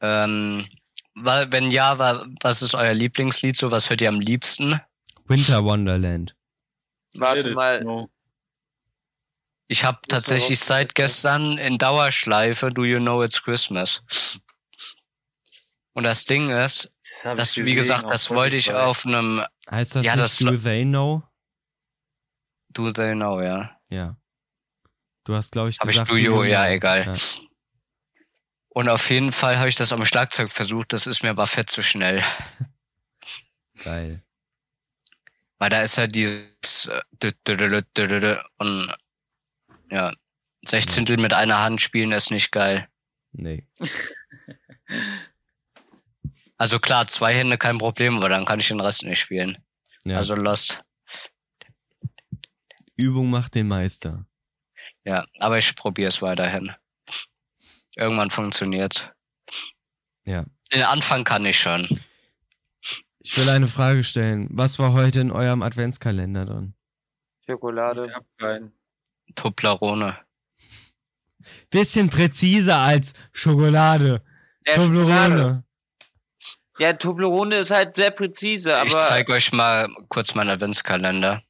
S2: Ähm, wa- wenn ja, wa- was ist euer Lieblingslied so? Was hört ihr am liebsten?
S1: Winter Wonderland.
S4: Warte
S3: Little
S4: mal,
S3: Snow.
S2: Ich habe
S4: Muss man
S2: tatsächlich
S4: raus-
S2: seit gestern in Dauerschleife Do You Know It's Christmas. Und das Ding ist,
S3: hab
S2: das,
S3: ich
S2: wie gesagt,
S3: gesehen
S2: das wollte ich
S3: Spotify.
S2: auf einem
S1: Heißt das
S2: Ja,
S1: nicht
S2: das-
S1: Do They Know?
S2: Do They Know, ja.
S1: Ja. Du hast, glaube ich,
S2: Hab ich
S1: gesagt...
S2: Do You, ja,
S1: Know.
S2: egal.
S1: Ja.
S2: Und auf jeden Fall habe ich das am Schlagzeug versucht, das ist mir aber fett zu schnell.
S1: Geil.
S2: Weil da ist ja dieses äh, dü- dü- dü- dü- dü- dü- dü- und ja, Sechzehntel mit einer Hand spielen ist nicht geil.
S1: Nee.
S2: Also klar, zwei Hände kein Problem, aber dann kann ich den Rest nicht spielen.
S1: Ja.
S2: Also Lost.
S1: Übung macht den Meister.
S2: Ja, aber ich probiere es weiterhin. Irgendwann funktioniert's.
S1: Ja.
S2: Den Anfang kann ich schon.
S1: Ich will eine Frage stellen. Was war heute in eurem Adventskalender drin?
S4: Schokolade.
S3: Ich hab keinen.
S2: Toblerone.
S1: Bisschen präziser als Schokolade.
S4: Ja, Äh, Schokolade.
S1: Toblerone.
S4: Ja, Toblerone ist halt sehr präzise, aber.
S2: ich zeige euch mal kurz meinen Adventskalender.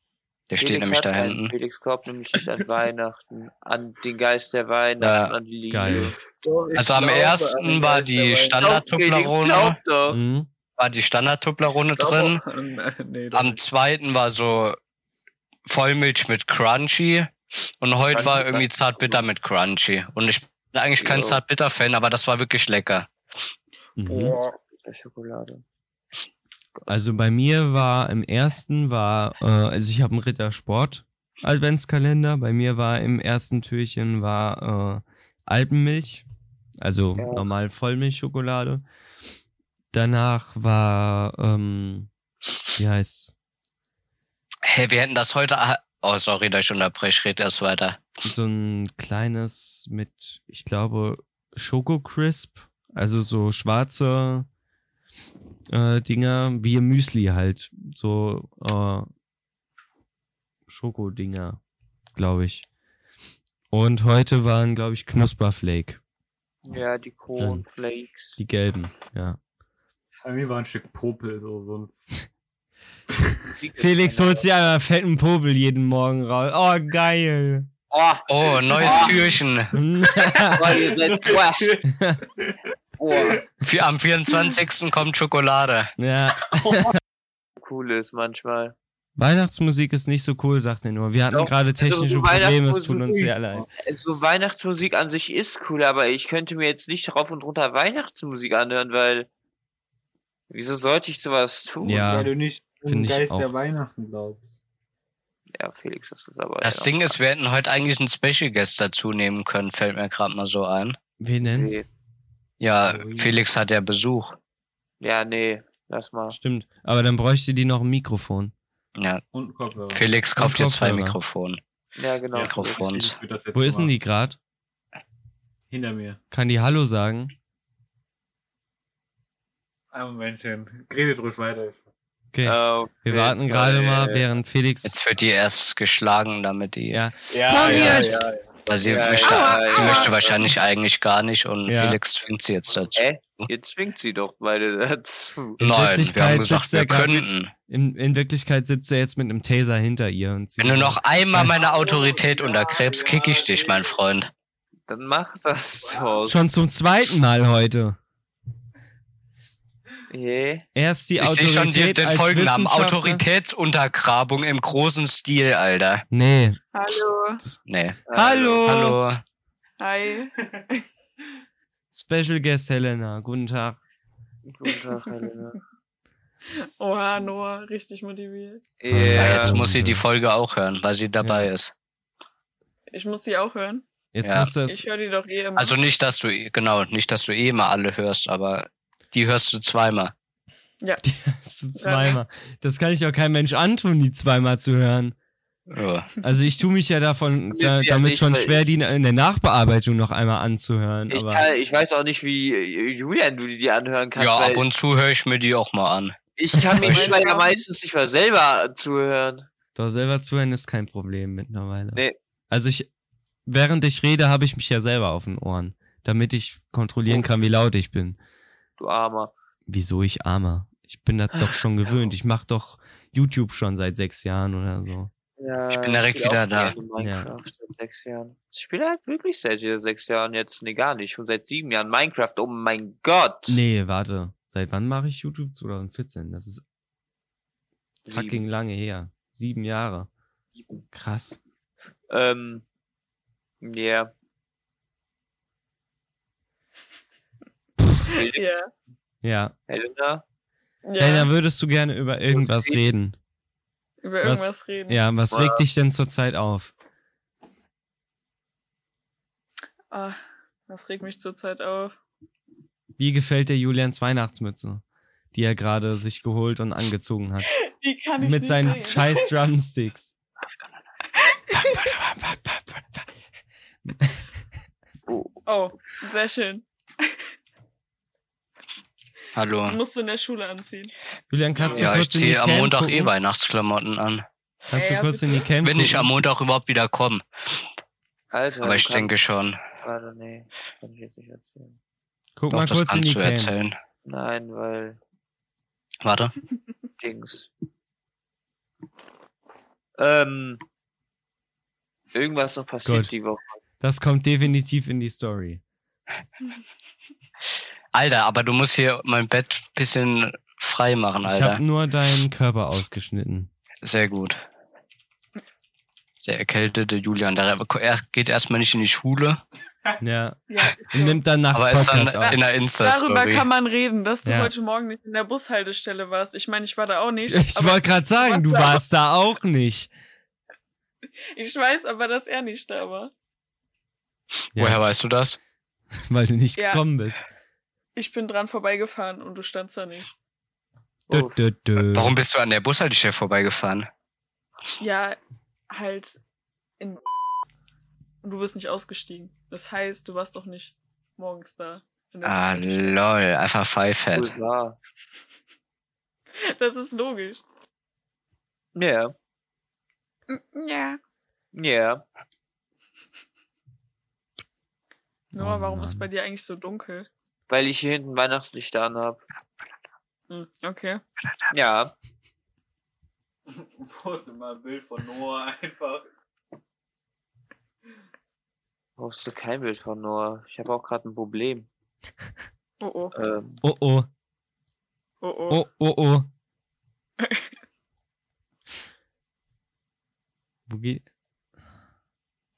S2: Der steht nämlich
S4: hat
S2: da
S4: einen.
S2: hinten.
S4: Felix glaubt nämlich nicht an Weihnachten, an den Geist der Weihnachten,
S2: Ja,
S4: an die Liebe.
S1: Geil.
S3: Doch, ich
S2: Also am
S3: glaube,
S2: ersten
S3: an
S2: war
S3: Geist
S2: die
S3: der
S4: Doch,
S2: standard
S4: Felix,
S2: Toblerone,
S4: glaub doch.
S1: Mhm.
S2: war die standard Toblerone drin.
S3: Weihnachten. Doch, nee, doch
S2: Am
S3: nicht.
S2: zweiten war so Vollmilch mit Crunchy und heute
S3: Crunchy
S2: war irgendwie
S3: Crunchy.
S2: Zartbitter mit Crunchy. Und ich bin eigentlich kein
S4: Jo.
S2: Zartbitter-Fan, aber das war wirklich lecker.
S1: Mhm.
S3: Boah,
S4: Schokolade.
S1: Also bei mir war im ersten war, äh, also ich habe einen Rittersport Adventskalender. Bei mir war im ersten Türchen war äh, Alpenmilch, also
S4: Ja.
S1: normal Vollmilchschokolade. Danach war, ähm, wie heißt
S2: Hey, wir hätten das heute. ah- Oh, sorry, dass ich unterbreche. Red erst weiter.
S1: so ein kleines mit, ich glaube, Schoko Crisp, also so schwarze äh, Dinger, wie im Müsli halt, so äh, Schokodinger, glaube ich. Und heute waren, glaube ich, Knusperflake,
S4: Ja, die Cornflakes.
S1: die gelben, ja.
S5: Bei mir war ein Stück Popel, so, so ein
S1: Felix holt sich einmal fetten Popel jeden Morgen raus. Oh, geil.
S4: Oh,
S2: Oh, neues
S4: Ah.
S2: Türchen.
S4: boah, ihr seid boah. boah.
S2: Vi- Am 24. kommt Schokolade.
S1: ja.
S4: Cool ist manchmal.
S1: Weihnachtsmusik ist nicht so cool, sagt er nur. Wir hatten
S4: Doch,
S1: gerade
S4: also
S1: technische Probleme, es
S4: Weihnachtsmusik-
S1: tut uns sehr leid.
S4: So Weihnachtsmusik an sich ist cool, aber ich könnte mir jetzt nicht rauf und runter Weihnachtsmusik anhören, weil wieso sollte ich sowas tun?
S1: Ja,
S5: Weil du nicht
S1: find
S5: im
S1: ich
S5: Geist der
S1: auch.
S5: Weihnachten glaubst.
S4: Ja, Felix, das ist aber.
S2: Das
S4: ja.
S2: Ding ist, wir hätten heute eigentlich einen Special Guest dazu nehmen können, fällt mir gerade mal so ein.
S1: Wen denn?
S4: Nee.
S2: Ja, Felix hat ja Besuch.
S4: Ja, nee, lass mal.
S1: Stimmt. Aber dann bräuchte die noch ein Mikrofon.
S2: Ja,
S5: Und Kopfhörer.
S2: Felix kauft jetzt zwei
S1: Kopfhörer.
S2: Mikrofone.
S4: Ja, genau.
S2: Mikrofon. Mikrofons.
S5: Ich würd das jetzt
S1: Wo ist denn
S5: mal-
S1: die gerade?
S5: Hinter mir.
S1: Kann die Hallo sagen?
S5: Ein Momentchen. Redet ruhig weiter.
S1: Okay.
S2: Ah,
S4: Äh,
S1: Wir
S4: okay.
S1: warten gerade mal,
S3: äh,
S1: während Felix.
S2: Jetzt wird die erst geschlagen, damit die.
S1: Ja.
S5: Ja,
S1: Komm
S5: ja,
S1: jetzt!
S5: Ja, ja.
S2: Weil sie
S4: Ja,
S2: möchte,
S4: ja,
S2: sie
S4: ja.
S2: möchte wahrscheinlich eigentlich gar nicht und
S1: Ja.
S2: Felix zwingt sie jetzt dazu.
S4: Hä? Jetzt zwingt sie doch beide dazu.
S1: In
S2: Nein, wir
S1: Wirklichkeit
S2: haben gesagt,
S1: sitzt er
S2: wir
S1: grad-
S2: könnten.
S1: In, in Wirklichkeit sitzt er jetzt mit einem Taser hinter ihr. Und sie
S2: Wenn du noch einmal
S1: Ja.
S2: meine Autorität untergräbst, kick ich dich, mein Freund.
S4: Dann mach das doch.
S1: Schon zum zweiten Mal heute.
S4: Yeah.
S1: Erst die
S2: Ich sehe
S1: Autorität.
S2: schon den, den
S1: als
S2: Folgennamen.
S1: Wissenschaftler-
S2: Autoritätsuntergrabung im großen Stil, Alter.
S1: Nee.
S6: Hallo.
S2: Nee.
S1: Hallo.
S2: Hallo. Ah,
S6: Hi.
S1: Special Guest Helena. Guten Tag.
S4: Guten Tag, Helena.
S6: Oha, Noah, richtig motiviert.
S2: Ja, jetzt
S4: Yeah.
S2: muss sie die Folge auch hören, weil sie dabei
S1: Ja.
S2: ist.
S6: Ich muss sie auch hören.
S1: Jetzt
S2: Ja.
S1: muss das.
S6: Ich höre die doch eh immer.
S2: Also nicht, dass du, genau, nicht, dass du eh mal alle hörst, aber die hörst du zweimal.
S1: Das ist zweimal. Das kann ich doch kein Mensch antun, die zweimal zu hören.
S2: Ja.
S1: Also ich tue mich ja davon
S4: Wisst
S1: da,
S4: ihr ja
S1: damit
S4: nicht,
S1: schon
S4: weil
S1: schwer,
S4: ich-
S1: die in der Nachbearbeitung noch einmal anzuhören.
S4: Ich,
S1: Aber
S4: kann, ich weiß auch nicht, wie äh, Julian du die anhören kannst.
S2: ja,
S4: weil
S2: ab und zu höre ich mir die auch mal an.
S4: ich kann mir
S2: Soll ich-
S4: selber ja meistens nicht mal selber zuhören.
S1: doch selber zuhören ist kein Problem mittlerweile.
S4: Nee.
S1: Also ich, während ich rede, habe ich mich ja selber auf den Ohren, damit ich
S4: Oh.
S1: kontrollieren kann, wie laut ich bin.
S4: Du Armer.
S1: Wieso ich armer? Ich bin das doch schon gewöhnt. Ich mache doch YouTube schon seit sechs Jahren oder so.
S4: Ja,
S2: Ich bin direkt
S4: spiel
S2: wieder
S4: auch
S2: da.
S4: gerne Minecraft seit sechs Jahren. Ich spiele halt wirklich seit jeder sechs Jahren jetzt, nee, gar nicht. Schon seit sieben Jahren Minecraft. Oh mein Gott.
S1: Nee, warte. Seit wann mache ich YouTube? 2014. Das ist fucking
S4: Sieben.
S1: lange her. Sieben Jahre. Krass.
S4: Ähm, ja. Felix,
S6: Ja.
S1: Ja.
S4: Helena,
S1: Hey,
S6: ja.
S1: da würdest du gerne über irgendwas
S4: Was-
S1: reden.
S6: Über
S1: was-
S6: irgendwas reden.
S1: Ja, was
S4: Ja.
S1: regt dich denn zurzeit auf?
S6: Ah, das regt mich zurzeit auf.
S1: Wie gefällt dir Julians Weihnachtsmütze, die er gerade sich geholt und angezogen hat?
S6: Die kann ich
S1: Mit
S6: nicht
S1: seinen
S6: sehen.
S1: scheiß Drumsticks.
S6: Oh, sehr schön.
S2: Hallo.
S6: Musst du in der Schule anziehen.
S1: Julian, kannst
S2: Ja,
S1: du kurz
S2: ich
S1: in die
S2: ziehe am
S1: Cam
S2: Montag
S1: gucken?
S2: eh Weihnachtsklamotten an.
S1: Kannst du
S6: Ja,
S1: kurz in die
S6: bitte.
S1: Cam
S2: Wenn ich am
S1: gucken?
S2: Montag überhaupt wieder komme.
S4: Alter.
S2: Aber
S4: du
S2: ich
S4: kannst
S2: denke schon.
S4: Gerade, nee, kann ich jetzt nicht erzählen.
S1: Guck
S2: Doch,
S1: mal
S2: das
S1: kurz in die
S2: kannst du
S1: Cam.
S2: erzählen.
S4: Nein, weil
S2: Warte.
S4: Dings. Ähm, irgendwas noch passiert
S1: Gut.
S4: die Woche.
S1: Das kommt definitiv in die Story.
S2: Alter, aber du musst hier mein Bett bisschen frei machen,
S1: Ich habe
S2: Alter.
S1: nur deinen Körper ausgeschnitten.
S2: Sehr gut. Der erkältete Julian, der er geht erstmal nicht in die Schule,
S1: Ja.
S6: Ja, ist
S1: Und
S6: so.
S1: nimmt dann nachts
S2: aber ist dann
S1: Podcast auf.
S2: in der Insta-Story.
S6: Darüber kann man reden, dass du
S1: Ja.
S6: heute Morgen nicht in der Bushaltestelle warst. Ich meine, ich war da auch nicht.
S1: Ich
S6: aber
S1: wollte gerade sagen, du
S6: Warte.
S1: warst da auch nicht.
S6: ich weiß aber, dass er nicht da war.
S1: Ja.
S2: Woher weißt du das?
S1: Äh. Weil du nicht
S6: Ja.
S1: gekommen bist.
S6: Ich bin dran vorbeigefahren und du standst da nicht.
S4: Oh,
S1: Dö, dö, dö.
S2: Warum bist du an der Bushaltestelle vorbeigefahren?
S6: Ja, halt in und du bist nicht ausgestiegen. Das heißt, du warst doch nicht morgens da. in der
S2: Ah,
S6: Bushaltestelle.
S2: lol, einfach Fivehead.
S4: Cool war.
S6: Das ist logisch.
S4: Ja,
S6: Ja.
S4: ja.
S6: Noah,
S1: Oh
S6: warum ist
S1: Mann.
S6: bei dir eigentlich so dunkel?
S4: Weil ich hier hinten Weihnachtslichter anhab.
S6: Hm, okay.
S4: Ja,
S5: Poste mal ein Bild von Noah einfach.
S4: brauchst du kein Bild von Noah. Ich habe auch gerade ein Problem.
S6: Oh oh.
S4: Ähm,
S1: Oh oh,
S6: Oh oh.
S1: oh oh oh. Wo geht?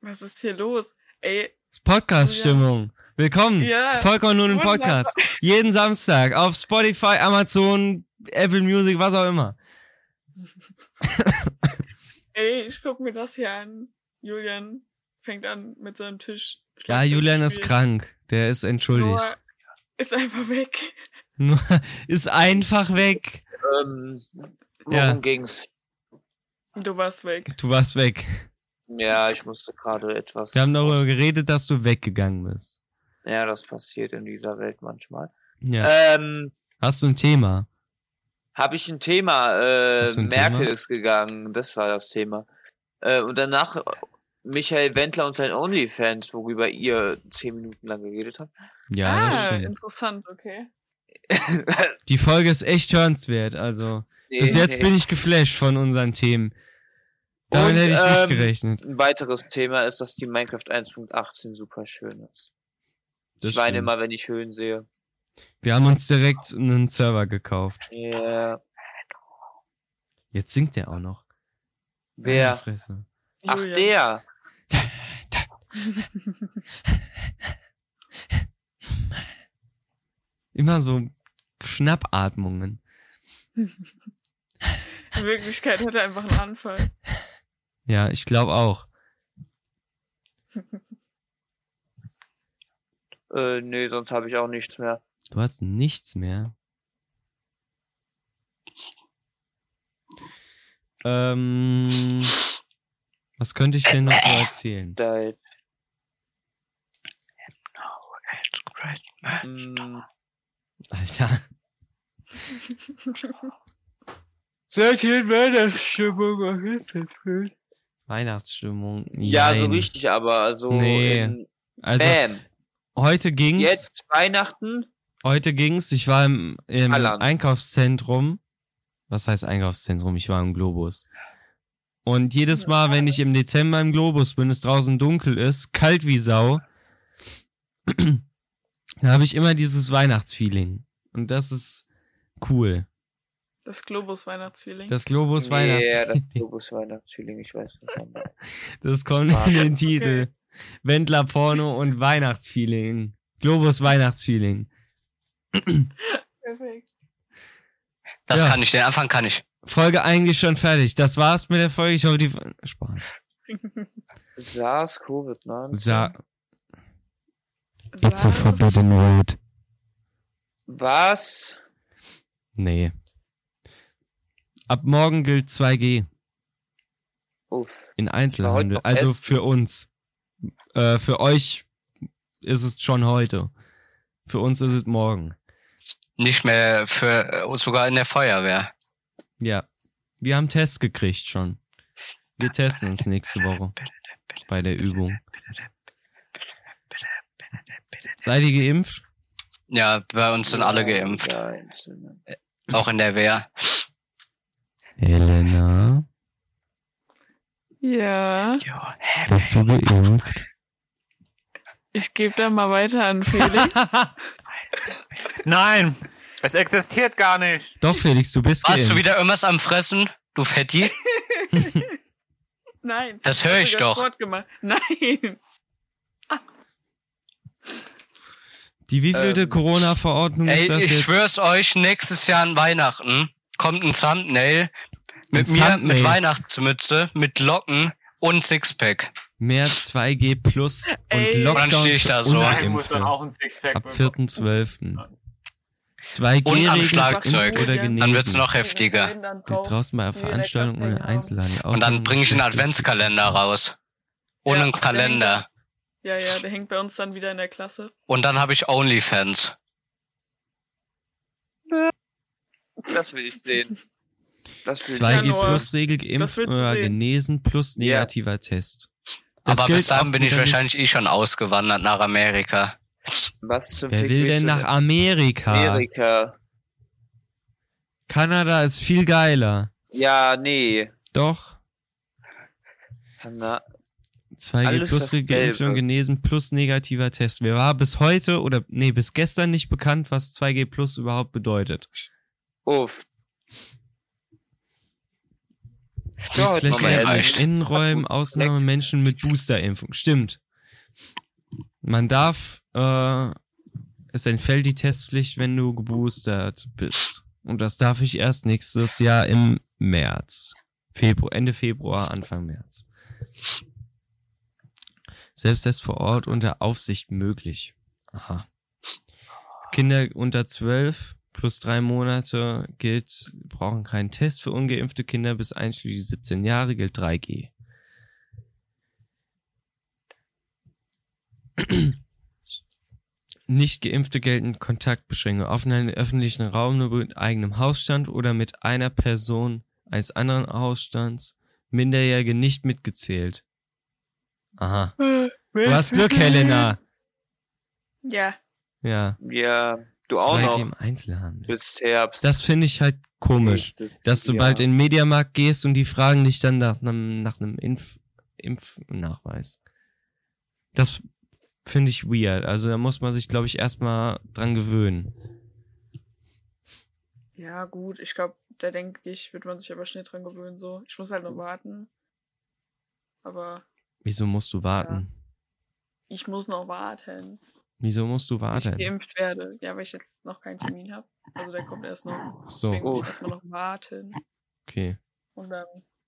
S6: Was ist hier los? Ey,
S1: Ist Podcast-Stimmung. Willkommen.
S6: ja.
S1: Vollkommen nun im
S6: Wunderbar.
S1: Podcast. Jeden Samstag auf Spotify, Amazon, Apple Music, was auch immer.
S6: Ey, ich guck mir das hier an. Julian fängt an mit seinem Tisch.
S1: Ja,
S6: Schlagzeug zu
S1: Julian ist
S6: spielen.
S1: krank. Der ist entschuldigt.
S6: Noah ist einfach weg.
S1: Nur ist einfach weg.
S4: ähm, worum
S1: Ja.
S4: ging's?
S6: Du warst weg.
S1: Du warst weg.
S4: Ja, ich musste gerade etwas.
S1: Wir haben darüber geredet, dass du weggegangen bist.
S4: Ja, das passiert in dieser Welt manchmal.
S6: Äh.
S1: Ja.
S4: Ähm,
S1: Hast du ein Thema?
S4: habe ich ein Thema. Äh,
S1: Hast du ein
S4: Merkel
S1: Thema?
S4: ist gegangen. Das war das Thema. Äh, und danach äh, Michael Wendler und sein OnlyFans, worüber ihr zehn Minuten lang geredet habt.
S1: Ja, das
S6: ah,
S1: stimmt.
S6: interessant, okay.
S1: Die Folge ist echt hörenswert. Also,
S4: Nee,
S1: bis jetzt
S4: nee.
S1: bin ich geflasht von unseren Themen. Damit
S4: Und,
S1: hätte ich
S4: ähm,
S1: nicht gerechnet.
S4: Ein weiteres Thema ist, dass die Minecraft 1.18 super schön ist.
S1: Das
S4: ich weine
S1: stimmt.
S4: immer, wenn ich Höhen sehe.
S1: Wir haben uns direkt einen Server gekauft.
S4: Ja.
S1: Jetzt singt der auch noch. Meine
S4: Wer?
S1: Fresse.
S4: Ach,
S6: Julian.
S4: der.
S1: Immer so Schnappatmungen.
S6: In Wirklichkeit hat er einfach einen Anfall.
S1: Ja, ich glaube auch.
S4: Äh, nee, sonst habe ich auch nichts mehr.
S1: Du hast nichts mehr. Ähm, was könnte ich denn noch so erzählen?
S4: Da,
S2: Hm.
S4: mm,
S1: Alter.
S4: Seitdem Weihnachtsstimmung ist das schön.
S1: Weihnachtsstimmung.
S4: Ja, so
S1: jein.
S4: richtig, aber also
S1: Nee.
S4: in,
S1: Also, hm?
S4: Bam.
S1: heute ging's.
S4: Jetzt Weihnachten.
S1: Heute ging's. Ich war im, im
S4: Halland.
S1: Einkaufszentrum. Was heißt Einkaufszentrum? Ich war im Globus. Und jedes Mal, wenn ich im Dezember im Globus bin, es draußen dunkel ist, kalt wie Sau, dann habe ich immer dieses Weihnachtsfeeling. Und das ist cool.
S6: Das Globus-Weihnachtsfeeling.
S1: Das Globus
S4: Ja, das
S1: Weihnachtsfeeling.
S4: Globus Weihnachtsfeeling, ich weiß nicht. aber-
S1: Das kommt in den Titel.
S6: Okay.
S1: Wendler Porno und Weihnachtsfeeling. Globus Weihnachtsfeeling.
S6: Perfekt.
S2: Das
S1: Ja.
S2: kann ich, den Anfang kann ich.
S1: Folge eigentlich schon fertig. Das war's mit der Folge. Ich hoffe, die. Spaß.
S4: SARS-CoV-19.
S1: Sa
S6: SARS-
S1: Road.
S4: Was?
S1: Nee. Ab morgen gilt 2G
S4: Uff.
S1: in
S4: Ich war heute
S1: Einzelhandel.
S4: noch
S1: Also
S4: essen.
S1: für uns. Äh, für euch ist es schon heute. Für uns ist es morgen.
S2: Nicht mehr für, sogar in der Feuerwehr.
S1: Ja. Wir haben Test gekriegt schon. Wir testen uns nächste Woche bei der Übung. Seid ihr geimpft?
S2: Ja, bei uns sind alle geimpft.
S4: Ja, einzelne.
S2: Auch in der Wehr.
S1: Elena,
S6: Ja,
S1: bist du geimpft?
S6: ich gebe da mal weiter an Felix.
S3: Nein, es existiert gar nicht.
S1: Doch, Felix, du bist
S2: Warst
S1: geimpft.
S2: du wieder irgendwas am Fressen? Du Fetti?
S6: Nein.
S2: Das höre ich
S6: sogar
S2: doch.
S6: Sport gemacht. Nein.
S1: Die wievielte
S4: Ähm,
S1: Corona-Verordnung ist
S2: Ey,
S1: das
S2: ich
S1: jetzt?
S2: schwör's euch, nächstes Jahr an Weihnachten kommt ein Thumbnail mit
S1: Ein
S2: mir, mit
S1: Thumbnail.
S2: Weihnachtsmütze, mit Locken und Sixpack.
S1: Mehr 2G plus
S6: Ey.
S1: und
S6: Und
S1: Lockdown
S2: dann steh ich da so.
S1: für
S3: Nein, muss dann
S1: Ungeimpfte.
S3: auch ein Sixpack
S1: Ab
S3: bekommen.
S1: 4.12.
S2: Und am
S1: 2G-Regeln
S2: Schlagzeug.
S1: geimpft oder genesen.
S2: Dann wird's noch heftiger.
S6: Reden dann
S1: Geht
S6: drauf.
S1: draußen bei
S6: direkt
S1: Veranstaltungen oder
S6: abhängen.
S1: Einzelhandel.
S2: Und dann
S1: Ausnahmen
S2: bringe ich einen
S1: schlecht ist.
S2: Adventskalender raus. Und
S6: Ja,
S2: einen
S6: der
S2: Kalender.
S6: Ja, ja, der hängt bei uns dann wieder in der Klasse.
S2: Und dann habe ich Onlyfans.
S4: Das will ich sehen. Das will ich
S1: 2G
S6: Januar.
S1: plus Regel geimpft
S6: Das wird
S1: oder
S6: sehen.
S1: genesen plus
S4: Ja.
S1: negativer Test.
S2: Aber bis
S1: gilt
S2: dahin
S1: auch
S2: bin ich
S1: wieder nicht.
S2: wahrscheinlich eh schon ausgewandert nach Amerika.
S4: Was zum
S1: Wer
S4: Fick
S1: will
S4: willst
S1: denn
S4: du
S1: nach Amerika?
S4: Amerika?
S1: Kanada ist viel geiler.
S4: Ja, nee.
S1: Doch.
S4: Na,
S1: 2G
S4: Alles
S1: plus Regel
S4: dasselbe.
S1: geimpft und genesen plus negativer Test. Mir war bis heute oder nee, bis gestern nicht bekannt, was 2G plus überhaupt bedeutet.
S4: uff.
S1: Die
S4: Ja, heute
S1: Flächen
S4: mal
S1: in
S2: erreicht.
S1: Innenräumen, Ausnahme Menschen mit Boosterimpfung. Stimmt. Man darf, äh, es entfällt die Testpflicht, wenn du geboostert bist. Und das darf ich erst nächstes Jahr im März. Februar, Ende Februar, Anfang März. Selbsttest vor Ort unter Aufsicht möglich. Aha. Kinder unter 12 plus drei Monate gilt, brauchen keinen Test für ungeimpfte Kinder bis einschließlich 17 Jahre, gilt 3G. Nicht geimpfte gelten Kontaktbeschränkungen. Aufenthalt im öffentlichen Raum nur mit eigenem Hausstand oder mit einer Person eines anderen Hausstands. Minderjährige nicht mitgezählt. Aha. Du hast Glück, Helena.
S6: Ja,
S1: Ja.
S4: Ja, du auch
S1: 2G
S4: noch.
S1: Im Einzelhandel.
S4: Bis Herbst.
S1: Das finde ich halt komisch, dass du bald in den Mediamarkt gehst und die fragen dich dann nach einem, nach einem Impf, Impfnachweis. Das finde ich weird. Also da muss man sich, glaube ich, erstmal dran gewöhnen.
S6: ja, gut. Ich glaube, da denke ich, wird man sich aber schnell dran gewöhnen. So, ich muss halt noch warten. Aber
S1: Wieso musst du warten?
S6: ich muss noch warten,
S1: Wieso musst du
S6: bis ich
S1: warten?
S6: geimpft werde. Ja, weil ich jetzt noch keinen Termin habe. Also der kommt erst noch. Deswegen
S1: So,
S6: muss
S4: Oh.
S6: ich erstmal noch warten.
S1: okay.
S6: Und dann,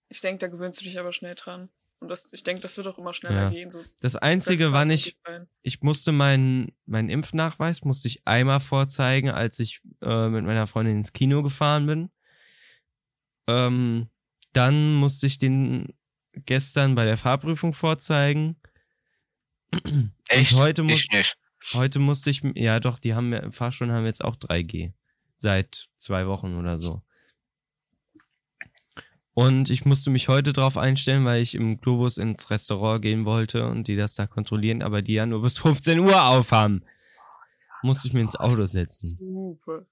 S6: ich denke, da gewöhnst du dich aber schnell dran. Und das, ich denke, das wird auch immer schneller
S1: Ja.
S6: gehen. So
S1: Das Einzige, wann ich,
S2: Hm.
S6: Sein.
S1: ich musste meinen, meinen Impfnachweis musste ich einmal vorzeigen, als ich äh, mit meiner Freundin ins Kino gefahren bin. Ähm, dann musste ich den gestern bei der Fahrprüfung vorzeigen.
S2: Echt?
S1: Und heute muss,
S2: ich nicht.
S1: heute musste ich, ja doch, die haben ja- Fahrschulen haben jetzt auch 3G. Seit zwei Wochen oder so. Und ich musste mich heute drauf einstellen, weil ich im Globus ins Restaurant gehen wollte und die das da kontrollieren, aber die ja nur bis 15 Uhr aufhaben. Musste ich mir ins Auto setzen.
S6: Super.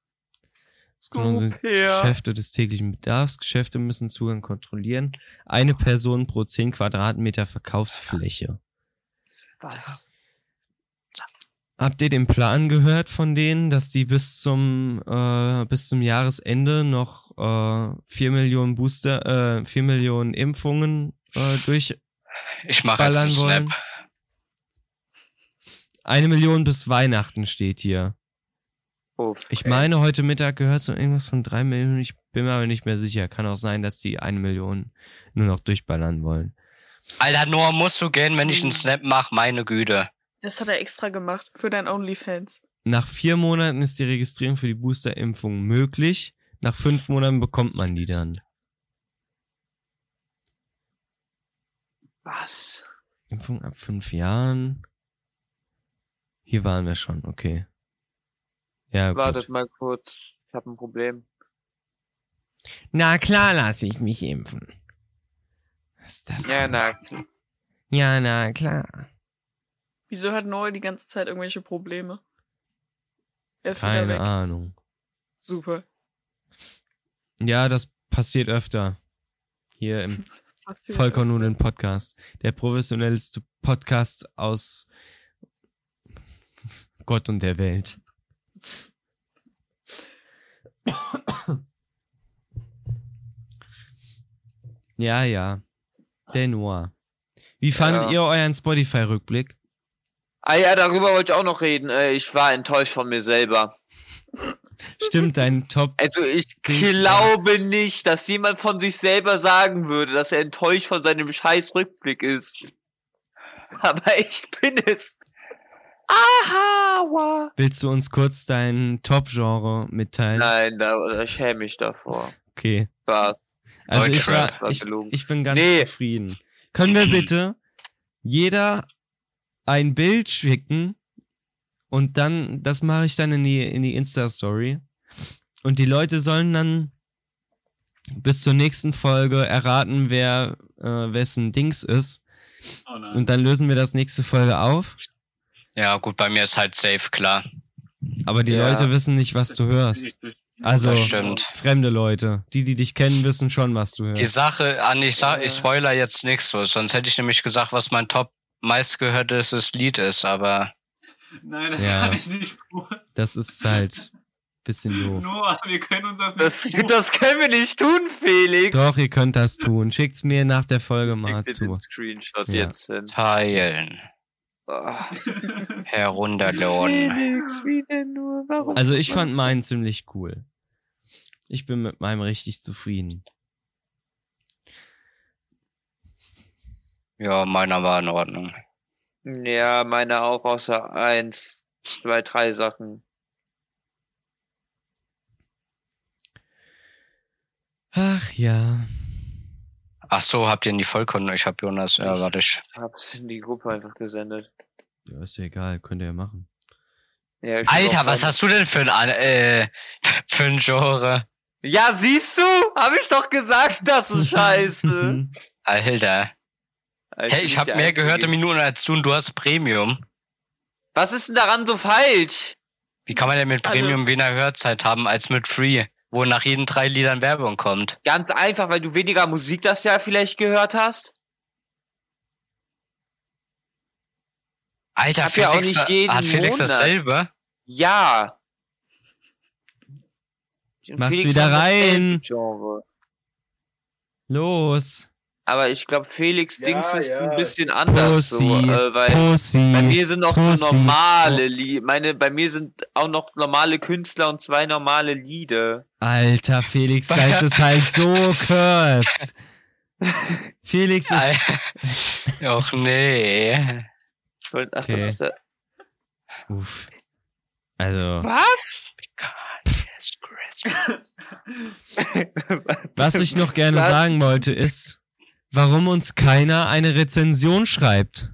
S1: Sondern sind
S6: her.
S1: Geschäfte des täglichen Bedarfs. Geschäfte müssen Zugang kontrollieren. Eine Person pro 10 Quadratmeter Verkaufsfläche.
S4: Was?
S1: Habt ihr den Plan gehört von denen, dass die bis zum äh, bis zum Jahresende noch äh, 4 Millionen Booster, äh, 4 Millionen Impfungen äh, durchballern
S2: Ich mache jetzt einen Snap.
S1: wollen? Eine Million bis Weihnachten steht hier.
S4: Uff.
S1: Ich meine, heute Mittag gehört so irgendwas von 3 Millionen. Ich bin mir aber nicht mehr sicher. Kann auch sein, dass die eine Million nur noch durchballern wollen.
S2: Alter, Noah, musst du gehen, wenn ich
S4: Mhm.
S2: einen Snap mache? Meine Güte.
S6: Das hat er extra gemacht für dein OnlyFans.
S1: Nach vier Monaten ist die Registrierung für die Boosterimpfung möglich. Nach fünf Monaten bekommt man die dann.
S4: Was?
S1: Impfung ab fünf Jahren. Hier waren wir schon, okay. Ja,
S4: Wartet
S1: gut.
S4: mal kurz. Ich habe ein Problem.
S1: Na klar lasse ich mich impfen. Was ist das?
S4: Ja,
S1: denn?
S4: na,
S1: ja, na klar.
S6: Wieso hat Noel die ganze Zeit irgendwelche Probleme? Er ist wieder
S1: Keine
S6: weg.
S1: Ahnung.
S6: Super.
S1: Ja, das passiert öfter. Hier im
S6: Das passiert.
S1: Vollkornnudeln-Podcast. Der professionellste Podcast aus Gott und der Welt. Ja, ja. Der Noah. Wie fandet
S4: Ja.
S1: ihr euren Spotify-Rückblick?
S4: Ah ja, darüber wollte ich auch noch reden. Äh, Ich war enttäuscht von mir selber.
S1: Stimmt, dein Top.
S4: Also ich
S1: Dings da.
S4: glaube nicht, dass jemand von sich selber sagen würde, dass er enttäuscht von seinem scheiß Rückblick ist. Aber ich bin es. Aha! wa.
S1: Willst du uns kurz dein Top-Genre mitteilen?
S4: Nein, da, da schäme ich davor.
S1: Okay.
S4: Spaß.
S1: Also ich,
S2: Deutschrap.
S1: war, ich,
S4: Gelogen.
S1: ich bin ganz
S4: Nee.
S1: zufrieden. Können wir bitte jeder ein Bild schicken und dann, das mache ich dann in die, in die Insta-Story. Und die Leute sollen dann bis zur nächsten Folge erraten, wer äh, wessen Dings ist.
S5: Oh nein.
S1: Und dann lösen wir das nächste Folge auf.
S2: Ja, gut, bei mir ist halt safe, klar.
S1: Aber die
S4: Ja.
S1: Leute wissen nicht, was du hörst. Also,
S2: Das stimmt.
S1: fremde Leute. Die, die dich kennen, wissen schon, was du
S2: Die
S1: hörst.
S2: Sache, an ich, sag,
S4: Ja.
S2: ich spoiler jetzt nichts, so, sonst hätte ich nämlich gesagt, was mein top meistgehörtes Lied ist, aber
S5: Nein, das
S1: Ja.
S5: kann ich nicht.
S1: Das ist halt bisschen doof.
S5: Noah, wir können uns das,
S4: Das,
S5: nicht.
S4: das können wir nicht tun, Felix.
S1: Doch, ihr könnt das tun. Schickt's mir nach der Folge mal
S4: Schick dir
S1: zu.
S4: den Screenshot
S1: Ja.
S4: jetzt hin.
S2: teilen,
S4: Ah,
S2: herunterladen.
S4: Felix, wie denn nur? Warum?
S1: Also ich fand meinen ziemlich cool. Ich bin mit meinem richtig zufrieden.
S2: Ja, meiner war in Ordnung.
S4: Ja, meine auch, außer eins, zwei, drei Sachen.
S1: Ach ja.
S2: Ach so, habt ihr in die Vollkunde? Ich hab Jonas, ja, warte ich.
S4: Hab's in die Gruppe einfach gesendet.
S1: Ja, ist ja egal, könnt ihr ja machen.
S4: Ja, ich
S2: Alter,
S4: glaub,
S2: was
S4: dann-
S2: hast du denn für ein, An- äh, für ein Genre?
S4: Ja, siehst du? Hab ich doch gesagt, das ist scheiße.
S2: Alter.
S4: Also
S2: Hey, ich
S4: bin
S2: hab
S4: der
S2: mehr
S4: Einzige.
S2: gehörte Minuten als du und du hast Premium.
S4: Was ist denn daran so falsch?
S2: Wie kann man denn mit
S6: Also-
S2: Premium weniger Hörzeit haben als mit Free, wo nach jeden drei Liedern Werbung kommt?
S4: Ganz einfach, weil du weniger Musik das Jahr vielleicht gehört hast.
S2: Alter,
S4: Hab ja auch
S2: Felix,
S4: nicht jeden
S2: hat Felix
S4: Monat.
S2: dasselbe?
S4: Ja.
S1: Mach's wieder
S4: hat das
S1: rein.
S4: Genre.
S1: Los.
S4: Aber ich glaube, Felix
S5: Ja,
S4: Dings ist
S5: ja.
S4: ein bisschen anders, so,
S1: Pussy.
S4: äh, weil Bei
S1: Pussy.
S4: mir sind noch
S1: Pussy.
S4: so normale Lieder. Meine, bei mir sind auch noch normale Künstler und zwei normale Lieder.
S1: Alter, Felix, das ist halt so cursed. Felix ist...
S2: Al- Och nee.
S4: Ich wollt- Ach,
S1: Okay.
S4: das ist der.
S1: Uff. Also...
S4: Was?
S1: Was ich noch gerne
S4: Was?
S1: sagen wollte, ist, warum uns keiner eine Rezension schreibt.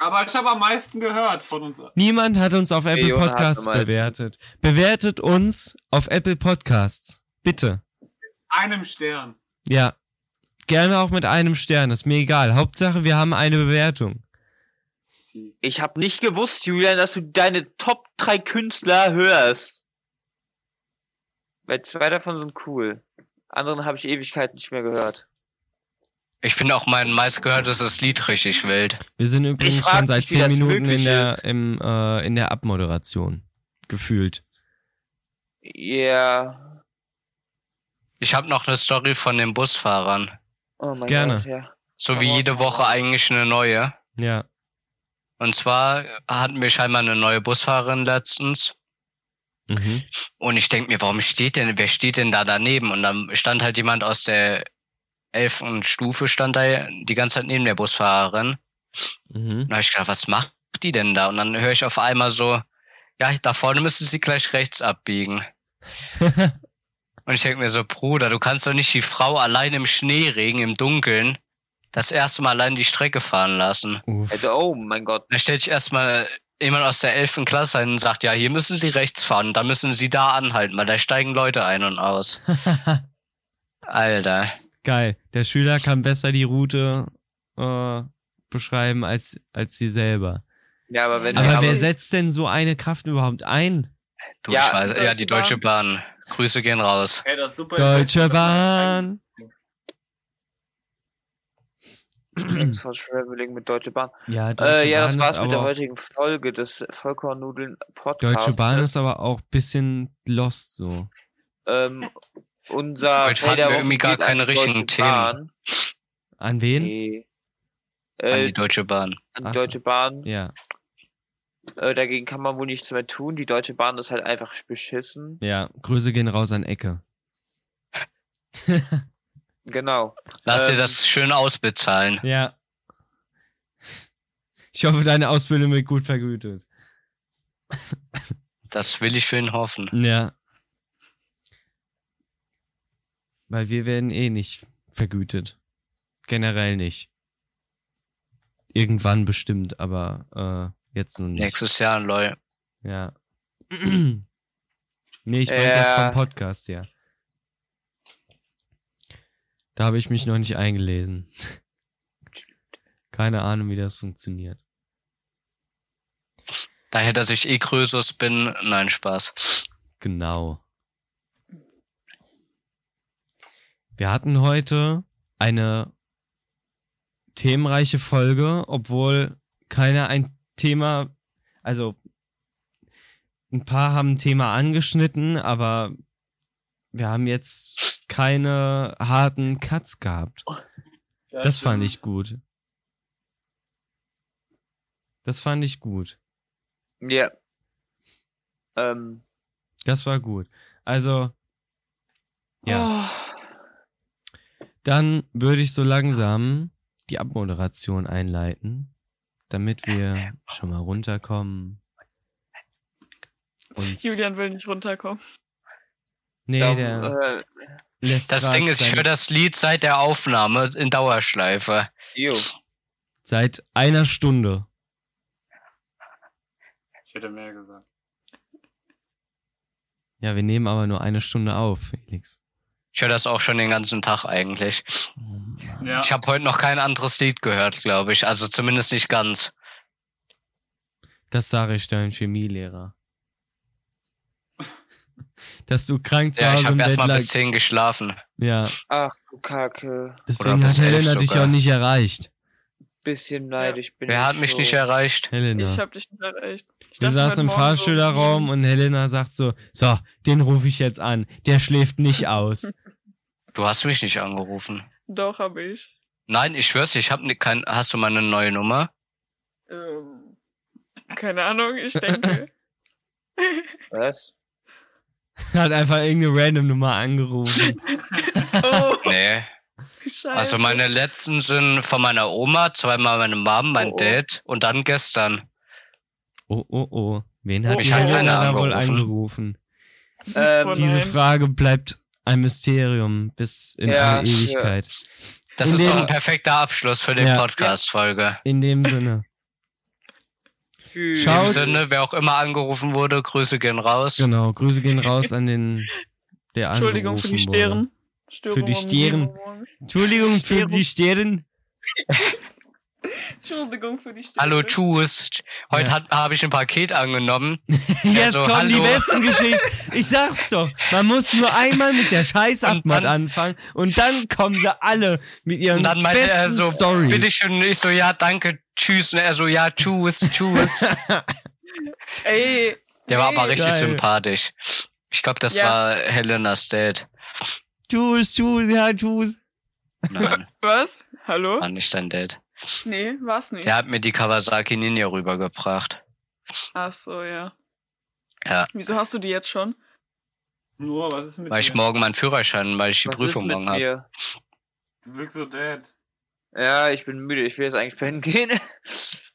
S5: Aber ich habe am meisten gehört von uns.
S1: Niemand hat uns auf Apple
S4: Jona hat
S1: Podcasts
S4: nochmal-
S1: bewertet. Bewertet uns auf Apple Podcasts. Bitte.
S5: Einem Stern.
S1: Ja. Gerne auch mit einem Stern, ist mir egal. Hauptsache, wir haben eine Bewertung.
S5: Sie.
S4: Ich habe nicht gewusst, Julian, dass du deine Top 3 Künstler hörst. Weil zwei davon sind cool. Anderen habe ich Ewigkeiten nicht mehr gehört.
S2: Ich finde auch mein meistgehörtes ist Lied richtig wild.
S1: Wir sind übrigens
S4: frag
S1: schon seit
S4: mich, wie
S1: 10
S4: das
S1: Minuten in
S4: möglich
S1: der,
S4: ist.
S1: im, äh, in der Abmoderation. Gefühlt.
S4: Ja.
S2: Ich habe noch eine Story von den Busfahrern.
S4: Oh mein
S1: Gerne.
S4: Gott, ja.
S2: So wie jede Woche eigentlich eine neue.
S1: Ja.
S2: Und zwar hatten wir scheinbar eine neue Busfahrerin letztens.
S1: Mhm.
S2: Und ich denk mir, warum steht denn, wer steht denn da daneben? Und dann stand halt jemand aus der elften Stufe, stand da die ganze Zeit neben der Busfahrerin.
S1: Mhm.
S2: Und da hab ich gedacht, was macht die denn da? Und dann höre ich auf einmal so, ja, da vorne müsste sie gleich rechts abbiegen. Und ich denk mir so, Bruder, du kannst doch nicht die Frau allein im Schneeregen, im Dunkeln, das erste Mal allein die Strecke fahren lassen.
S1: Uff.
S4: Also, oh mein Gott.
S2: Da stellt sich erstmal jemand aus der elften Klasse hin und sagt, ja, hier müssen sie rechts fahren, da müssen sie da anhalten, weil da steigen Leute ein und aus.
S4: also
S2: Alter.
S1: Geil. Der Schüler kann besser die Route äh, beschreiben als, als sie selber.
S4: Ja, aber wenn
S1: Aber
S6: Ja,
S1: wer
S6: aber-
S1: setzt denn so eine Kraft überhaupt ein?
S2: Du,
S4: Ja, äh,
S2: ich weiß,
S6: Deutsche
S2: ja, die Deutsche Bahn. Grüße gehen raus.
S5: Ey, das super
S1: Deutsche Bahn.
S4: Thanks for traveling mit Deutsche Bahn.
S1: Ja, Deutsche
S4: Äh, ja,
S1: Bahn
S4: das
S1: ist
S4: war's mit der
S1: aber-
S4: heutigen Folge des Vollkornnudeln Podcasts.
S1: Deutsche Bahn ist aber auch bisschen lost so.
S4: ähm, unser
S2: Heute hatten
S4: Fader
S2: wir irgendwie gar
S4: geht an
S2: keine
S4: die
S2: richtigen
S4: Deutsche
S2: Themen.
S4: Bahn.
S1: An wen?
S4: Nee.
S2: An
S4: Äh,
S2: die Deutsche Bahn.
S4: an
S1: Ach
S4: die
S1: so.
S4: Deutsche Bahn.
S1: Ja,
S4: Äh, dagegen kann man wohl nichts mehr tun. Die Deutsche Bahn ist halt einfach beschissen.
S1: ja. Grüße gehen raus an Ecke.
S4: Genau.
S2: Lass dir
S4: Ähm,
S2: das schön ausbezahlen.
S1: Ja. Ich hoffe, deine Ausbildung wird gut vergütet.
S2: Das will ich für ihn hoffen.
S1: Ja. Weil wir werden eh nicht vergütet. Generell nicht. Irgendwann bestimmt, aber äh, jetzt noch nicht.
S2: Nächstes Jahr, lol.
S1: Ja. nee, ich meine jetzt
S4: Ja.
S1: vom Podcast, ja. Da habe ich mich noch nicht eingelesen. Keine Ahnung, wie das funktioniert.
S2: Daher, dass ich eh Krösus bin. Nein, Spaß.
S1: Genau. Wir hatten heute eine themenreiche Folge, obwohl keiner ein Thema, also ein paar haben ein Thema angeschnitten, aber wir haben jetzt keine harten Cuts gehabt. Das fand ich gut. Das fand ich gut.
S4: Ja. Ähm,
S1: Das war gut. Also, ja.
S4: oh,
S2: Oh.
S1: Dann würde ich so langsam die Abmoderation einleiten, damit wir
S2: Oh.
S1: schon mal runterkommen. Und
S6: Julian will nicht runterkommen.
S1: nee,
S4: darum,
S1: der
S4: äh,
S1: lässt
S2: Das
S1: grad
S2: Ding ist, ich höre
S1: seit,
S2: das Lied seit der Aufnahme in Dauerschleife.
S4: jo.
S1: seit einer Stunde.
S5: Ich hätte mehr gesagt.
S1: Ja, wir nehmen aber nur eine Stunde auf, Felix.
S2: Ich höre das auch schon den ganzen Tag eigentlich.
S1: Oh Mann.
S5: Ja.
S2: Ich habe heute noch kein anderes Lied gehört, glaube ich. Also zumindest nicht ganz.
S1: Das sage ich deinem Chemielehrer. Dass du krank zu
S2: Ja,
S1: Hause
S2: ich
S1: im
S2: habe
S1: Bett
S2: erstmal bis
S1: lagst.
S2: 10 geschlafen.
S1: Ja,
S4: Ach du Kacke.
S1: deswegen
S2: bis
S1: hat
S2: elf
S1: Helena dich
S2: sogar.
S1: auch nicht erreicht.
S4: Bisschen neidisch bin ich.
S2: Wer hat mich
S4: schon.
S2: nicht erreicht?
S1: Helena.
S6: Ich hab dich nicht erreicht. Ich
S1: Wir
S6: dachte
S1: saßen im
S6: heute Morgen so,
S1: Fahrschülerraum
S6: hm,
S1: und Helena sagt so, so, den rufe ich jetzt an. Der schläft nicht aus.
S2: Du hast mich nicht angerufen.
S6: Doch, habe ich.
S2: Nein, ich schwör's, dir, ich habe ne, kein. Hast du meine neue Nummer?
S6: Ähm, keine Ahnung, ich denke.
S4: Was?
S1: Hat einfach irgendeine random Nummer angerufen.
S6: oh,
S2: Nee.
S6: scheiße.
S2: Also meine letzten sind von meiner Oma, zweimal meine Mom, mein
S6: Oh, oh.
S2: Dad und dann gestern.
S1: Oh, oh, oh. Wen hat
S6: Oh,
S1: die
S6: oh, oh.
S1: Helena da
S2: Keiner
S1: wohl
S2: angerufen.
S1: angerufen?
S6: Oh
S4: Ähm,
S6: nein.
S1: Diese Frage bleibt ein Mysterium bis in
S4: Ja,
S1: alle Ewigkeit.
S2: Das
S1: In
S2: ist doch
S1: dem-
S2: ein perfekter Abschluss für den
S1: Ja.
S2: Podcast-Folge.
S1: In dem Sinne.
S4: tschüss.
S2: In dem
S1: Schaut-
S2: Sinne, wer auch immer angerufen wurde, Grüße gehen raus.
S1: Genau. Grüße gehen raus an den, der
S6: Entschuldigung für die
S1: angerufen
S6: Stirn. Störung
S1: Für die
S6: um sieben
S1: Stirn.
S6: Uhr morgens.
S1: Wurde. Entschuldigung für die Stirn.
S6: Entschuldigung für die Stimme.
S2: Hallo, tschüss. Heute hat habe ich ein Paket angenommen.
S1: Jetzt
S2: so,
S1: kommen die
S2: hallo.
S1: besten Geschichten. Ich sag's doch. Man muss nur einmal mit der scheiß Ahmad
S2: dann-
S1: anfangen und dann kommen sie alle mit ihren
S2: Und dann meinte
S1: besten
S2: er so,
S1: Stories.
S2: bitte schön. Und ich so, ja, danke, tschüss. Und er so, ja, tschüss, tschüss.
S6: Ey,
S2: Der war
S6: Nee.
S2: aber richtig
S1: Geil.
S2: sympathisch. Ich glaube, das
S6: Ja.
S2: war Helena's Dad.
S1: Tschüss, tschüss, ja, tschüss.
S2: Nein,
S6: was? Hallo?
S2: war nicht dein Dad.
S6: Nee, war's nicht.
S2: Der hat mir die Kawasaki Ninja rübergebracht.
S6: Ach so, ja.
S2: Ja.
S6: Wieso hast du die jetzt schon?
S5: Nur, was ist mit
S2: Weil ich
S5: dir?
S2: morgen meinen Führerschein, weil ich die Prüfung morgen habe.
S4: mir?
S5: Du wirkst so dead.
S4: Ja, ich bin müde. Ich will jetzt eigentlich pennen gehen.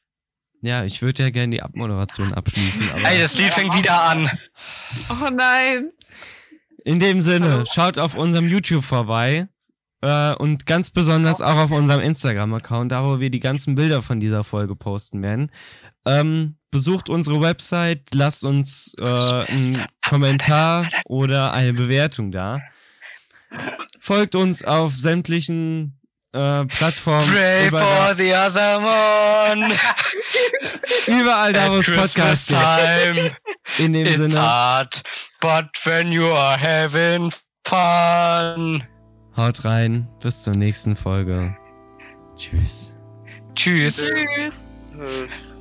S1: Ja, ich würde ja gerne die Abmoderation abschließen. Aber
S2: Ey, das Lied fängt wieder an.
S6: Oh nein.
S1: in dem Sinne, schaut auf unserem YouTube vorbei. Äh, und ganz besonders
S2: Genau.
S1: auch auf unserem Instagram-Account, da wo wir die ganzen Bilder von dieser Folge posten werden. Ähm, besucht unsere Website, lasst uns äh, einen Kommentar oder eine Bewertung da. Folgt uns auf sämtlichen äh, Plattformen.
S2: Pray
S1: überall,
S2: for the other one.
S1: überall da, wo
S2: At
S1: es
S2: Christmas
S1: Podcasts gibt.
S2: time.
S1: In dem
S2: It's
S1: Sinne,
S2: hard. But when you are having fun.
S1: haut rein, bis zur nächsten Folge. Tschüss.
S2: Tschüss.
S6: Tschüss.
S4: Tschüss.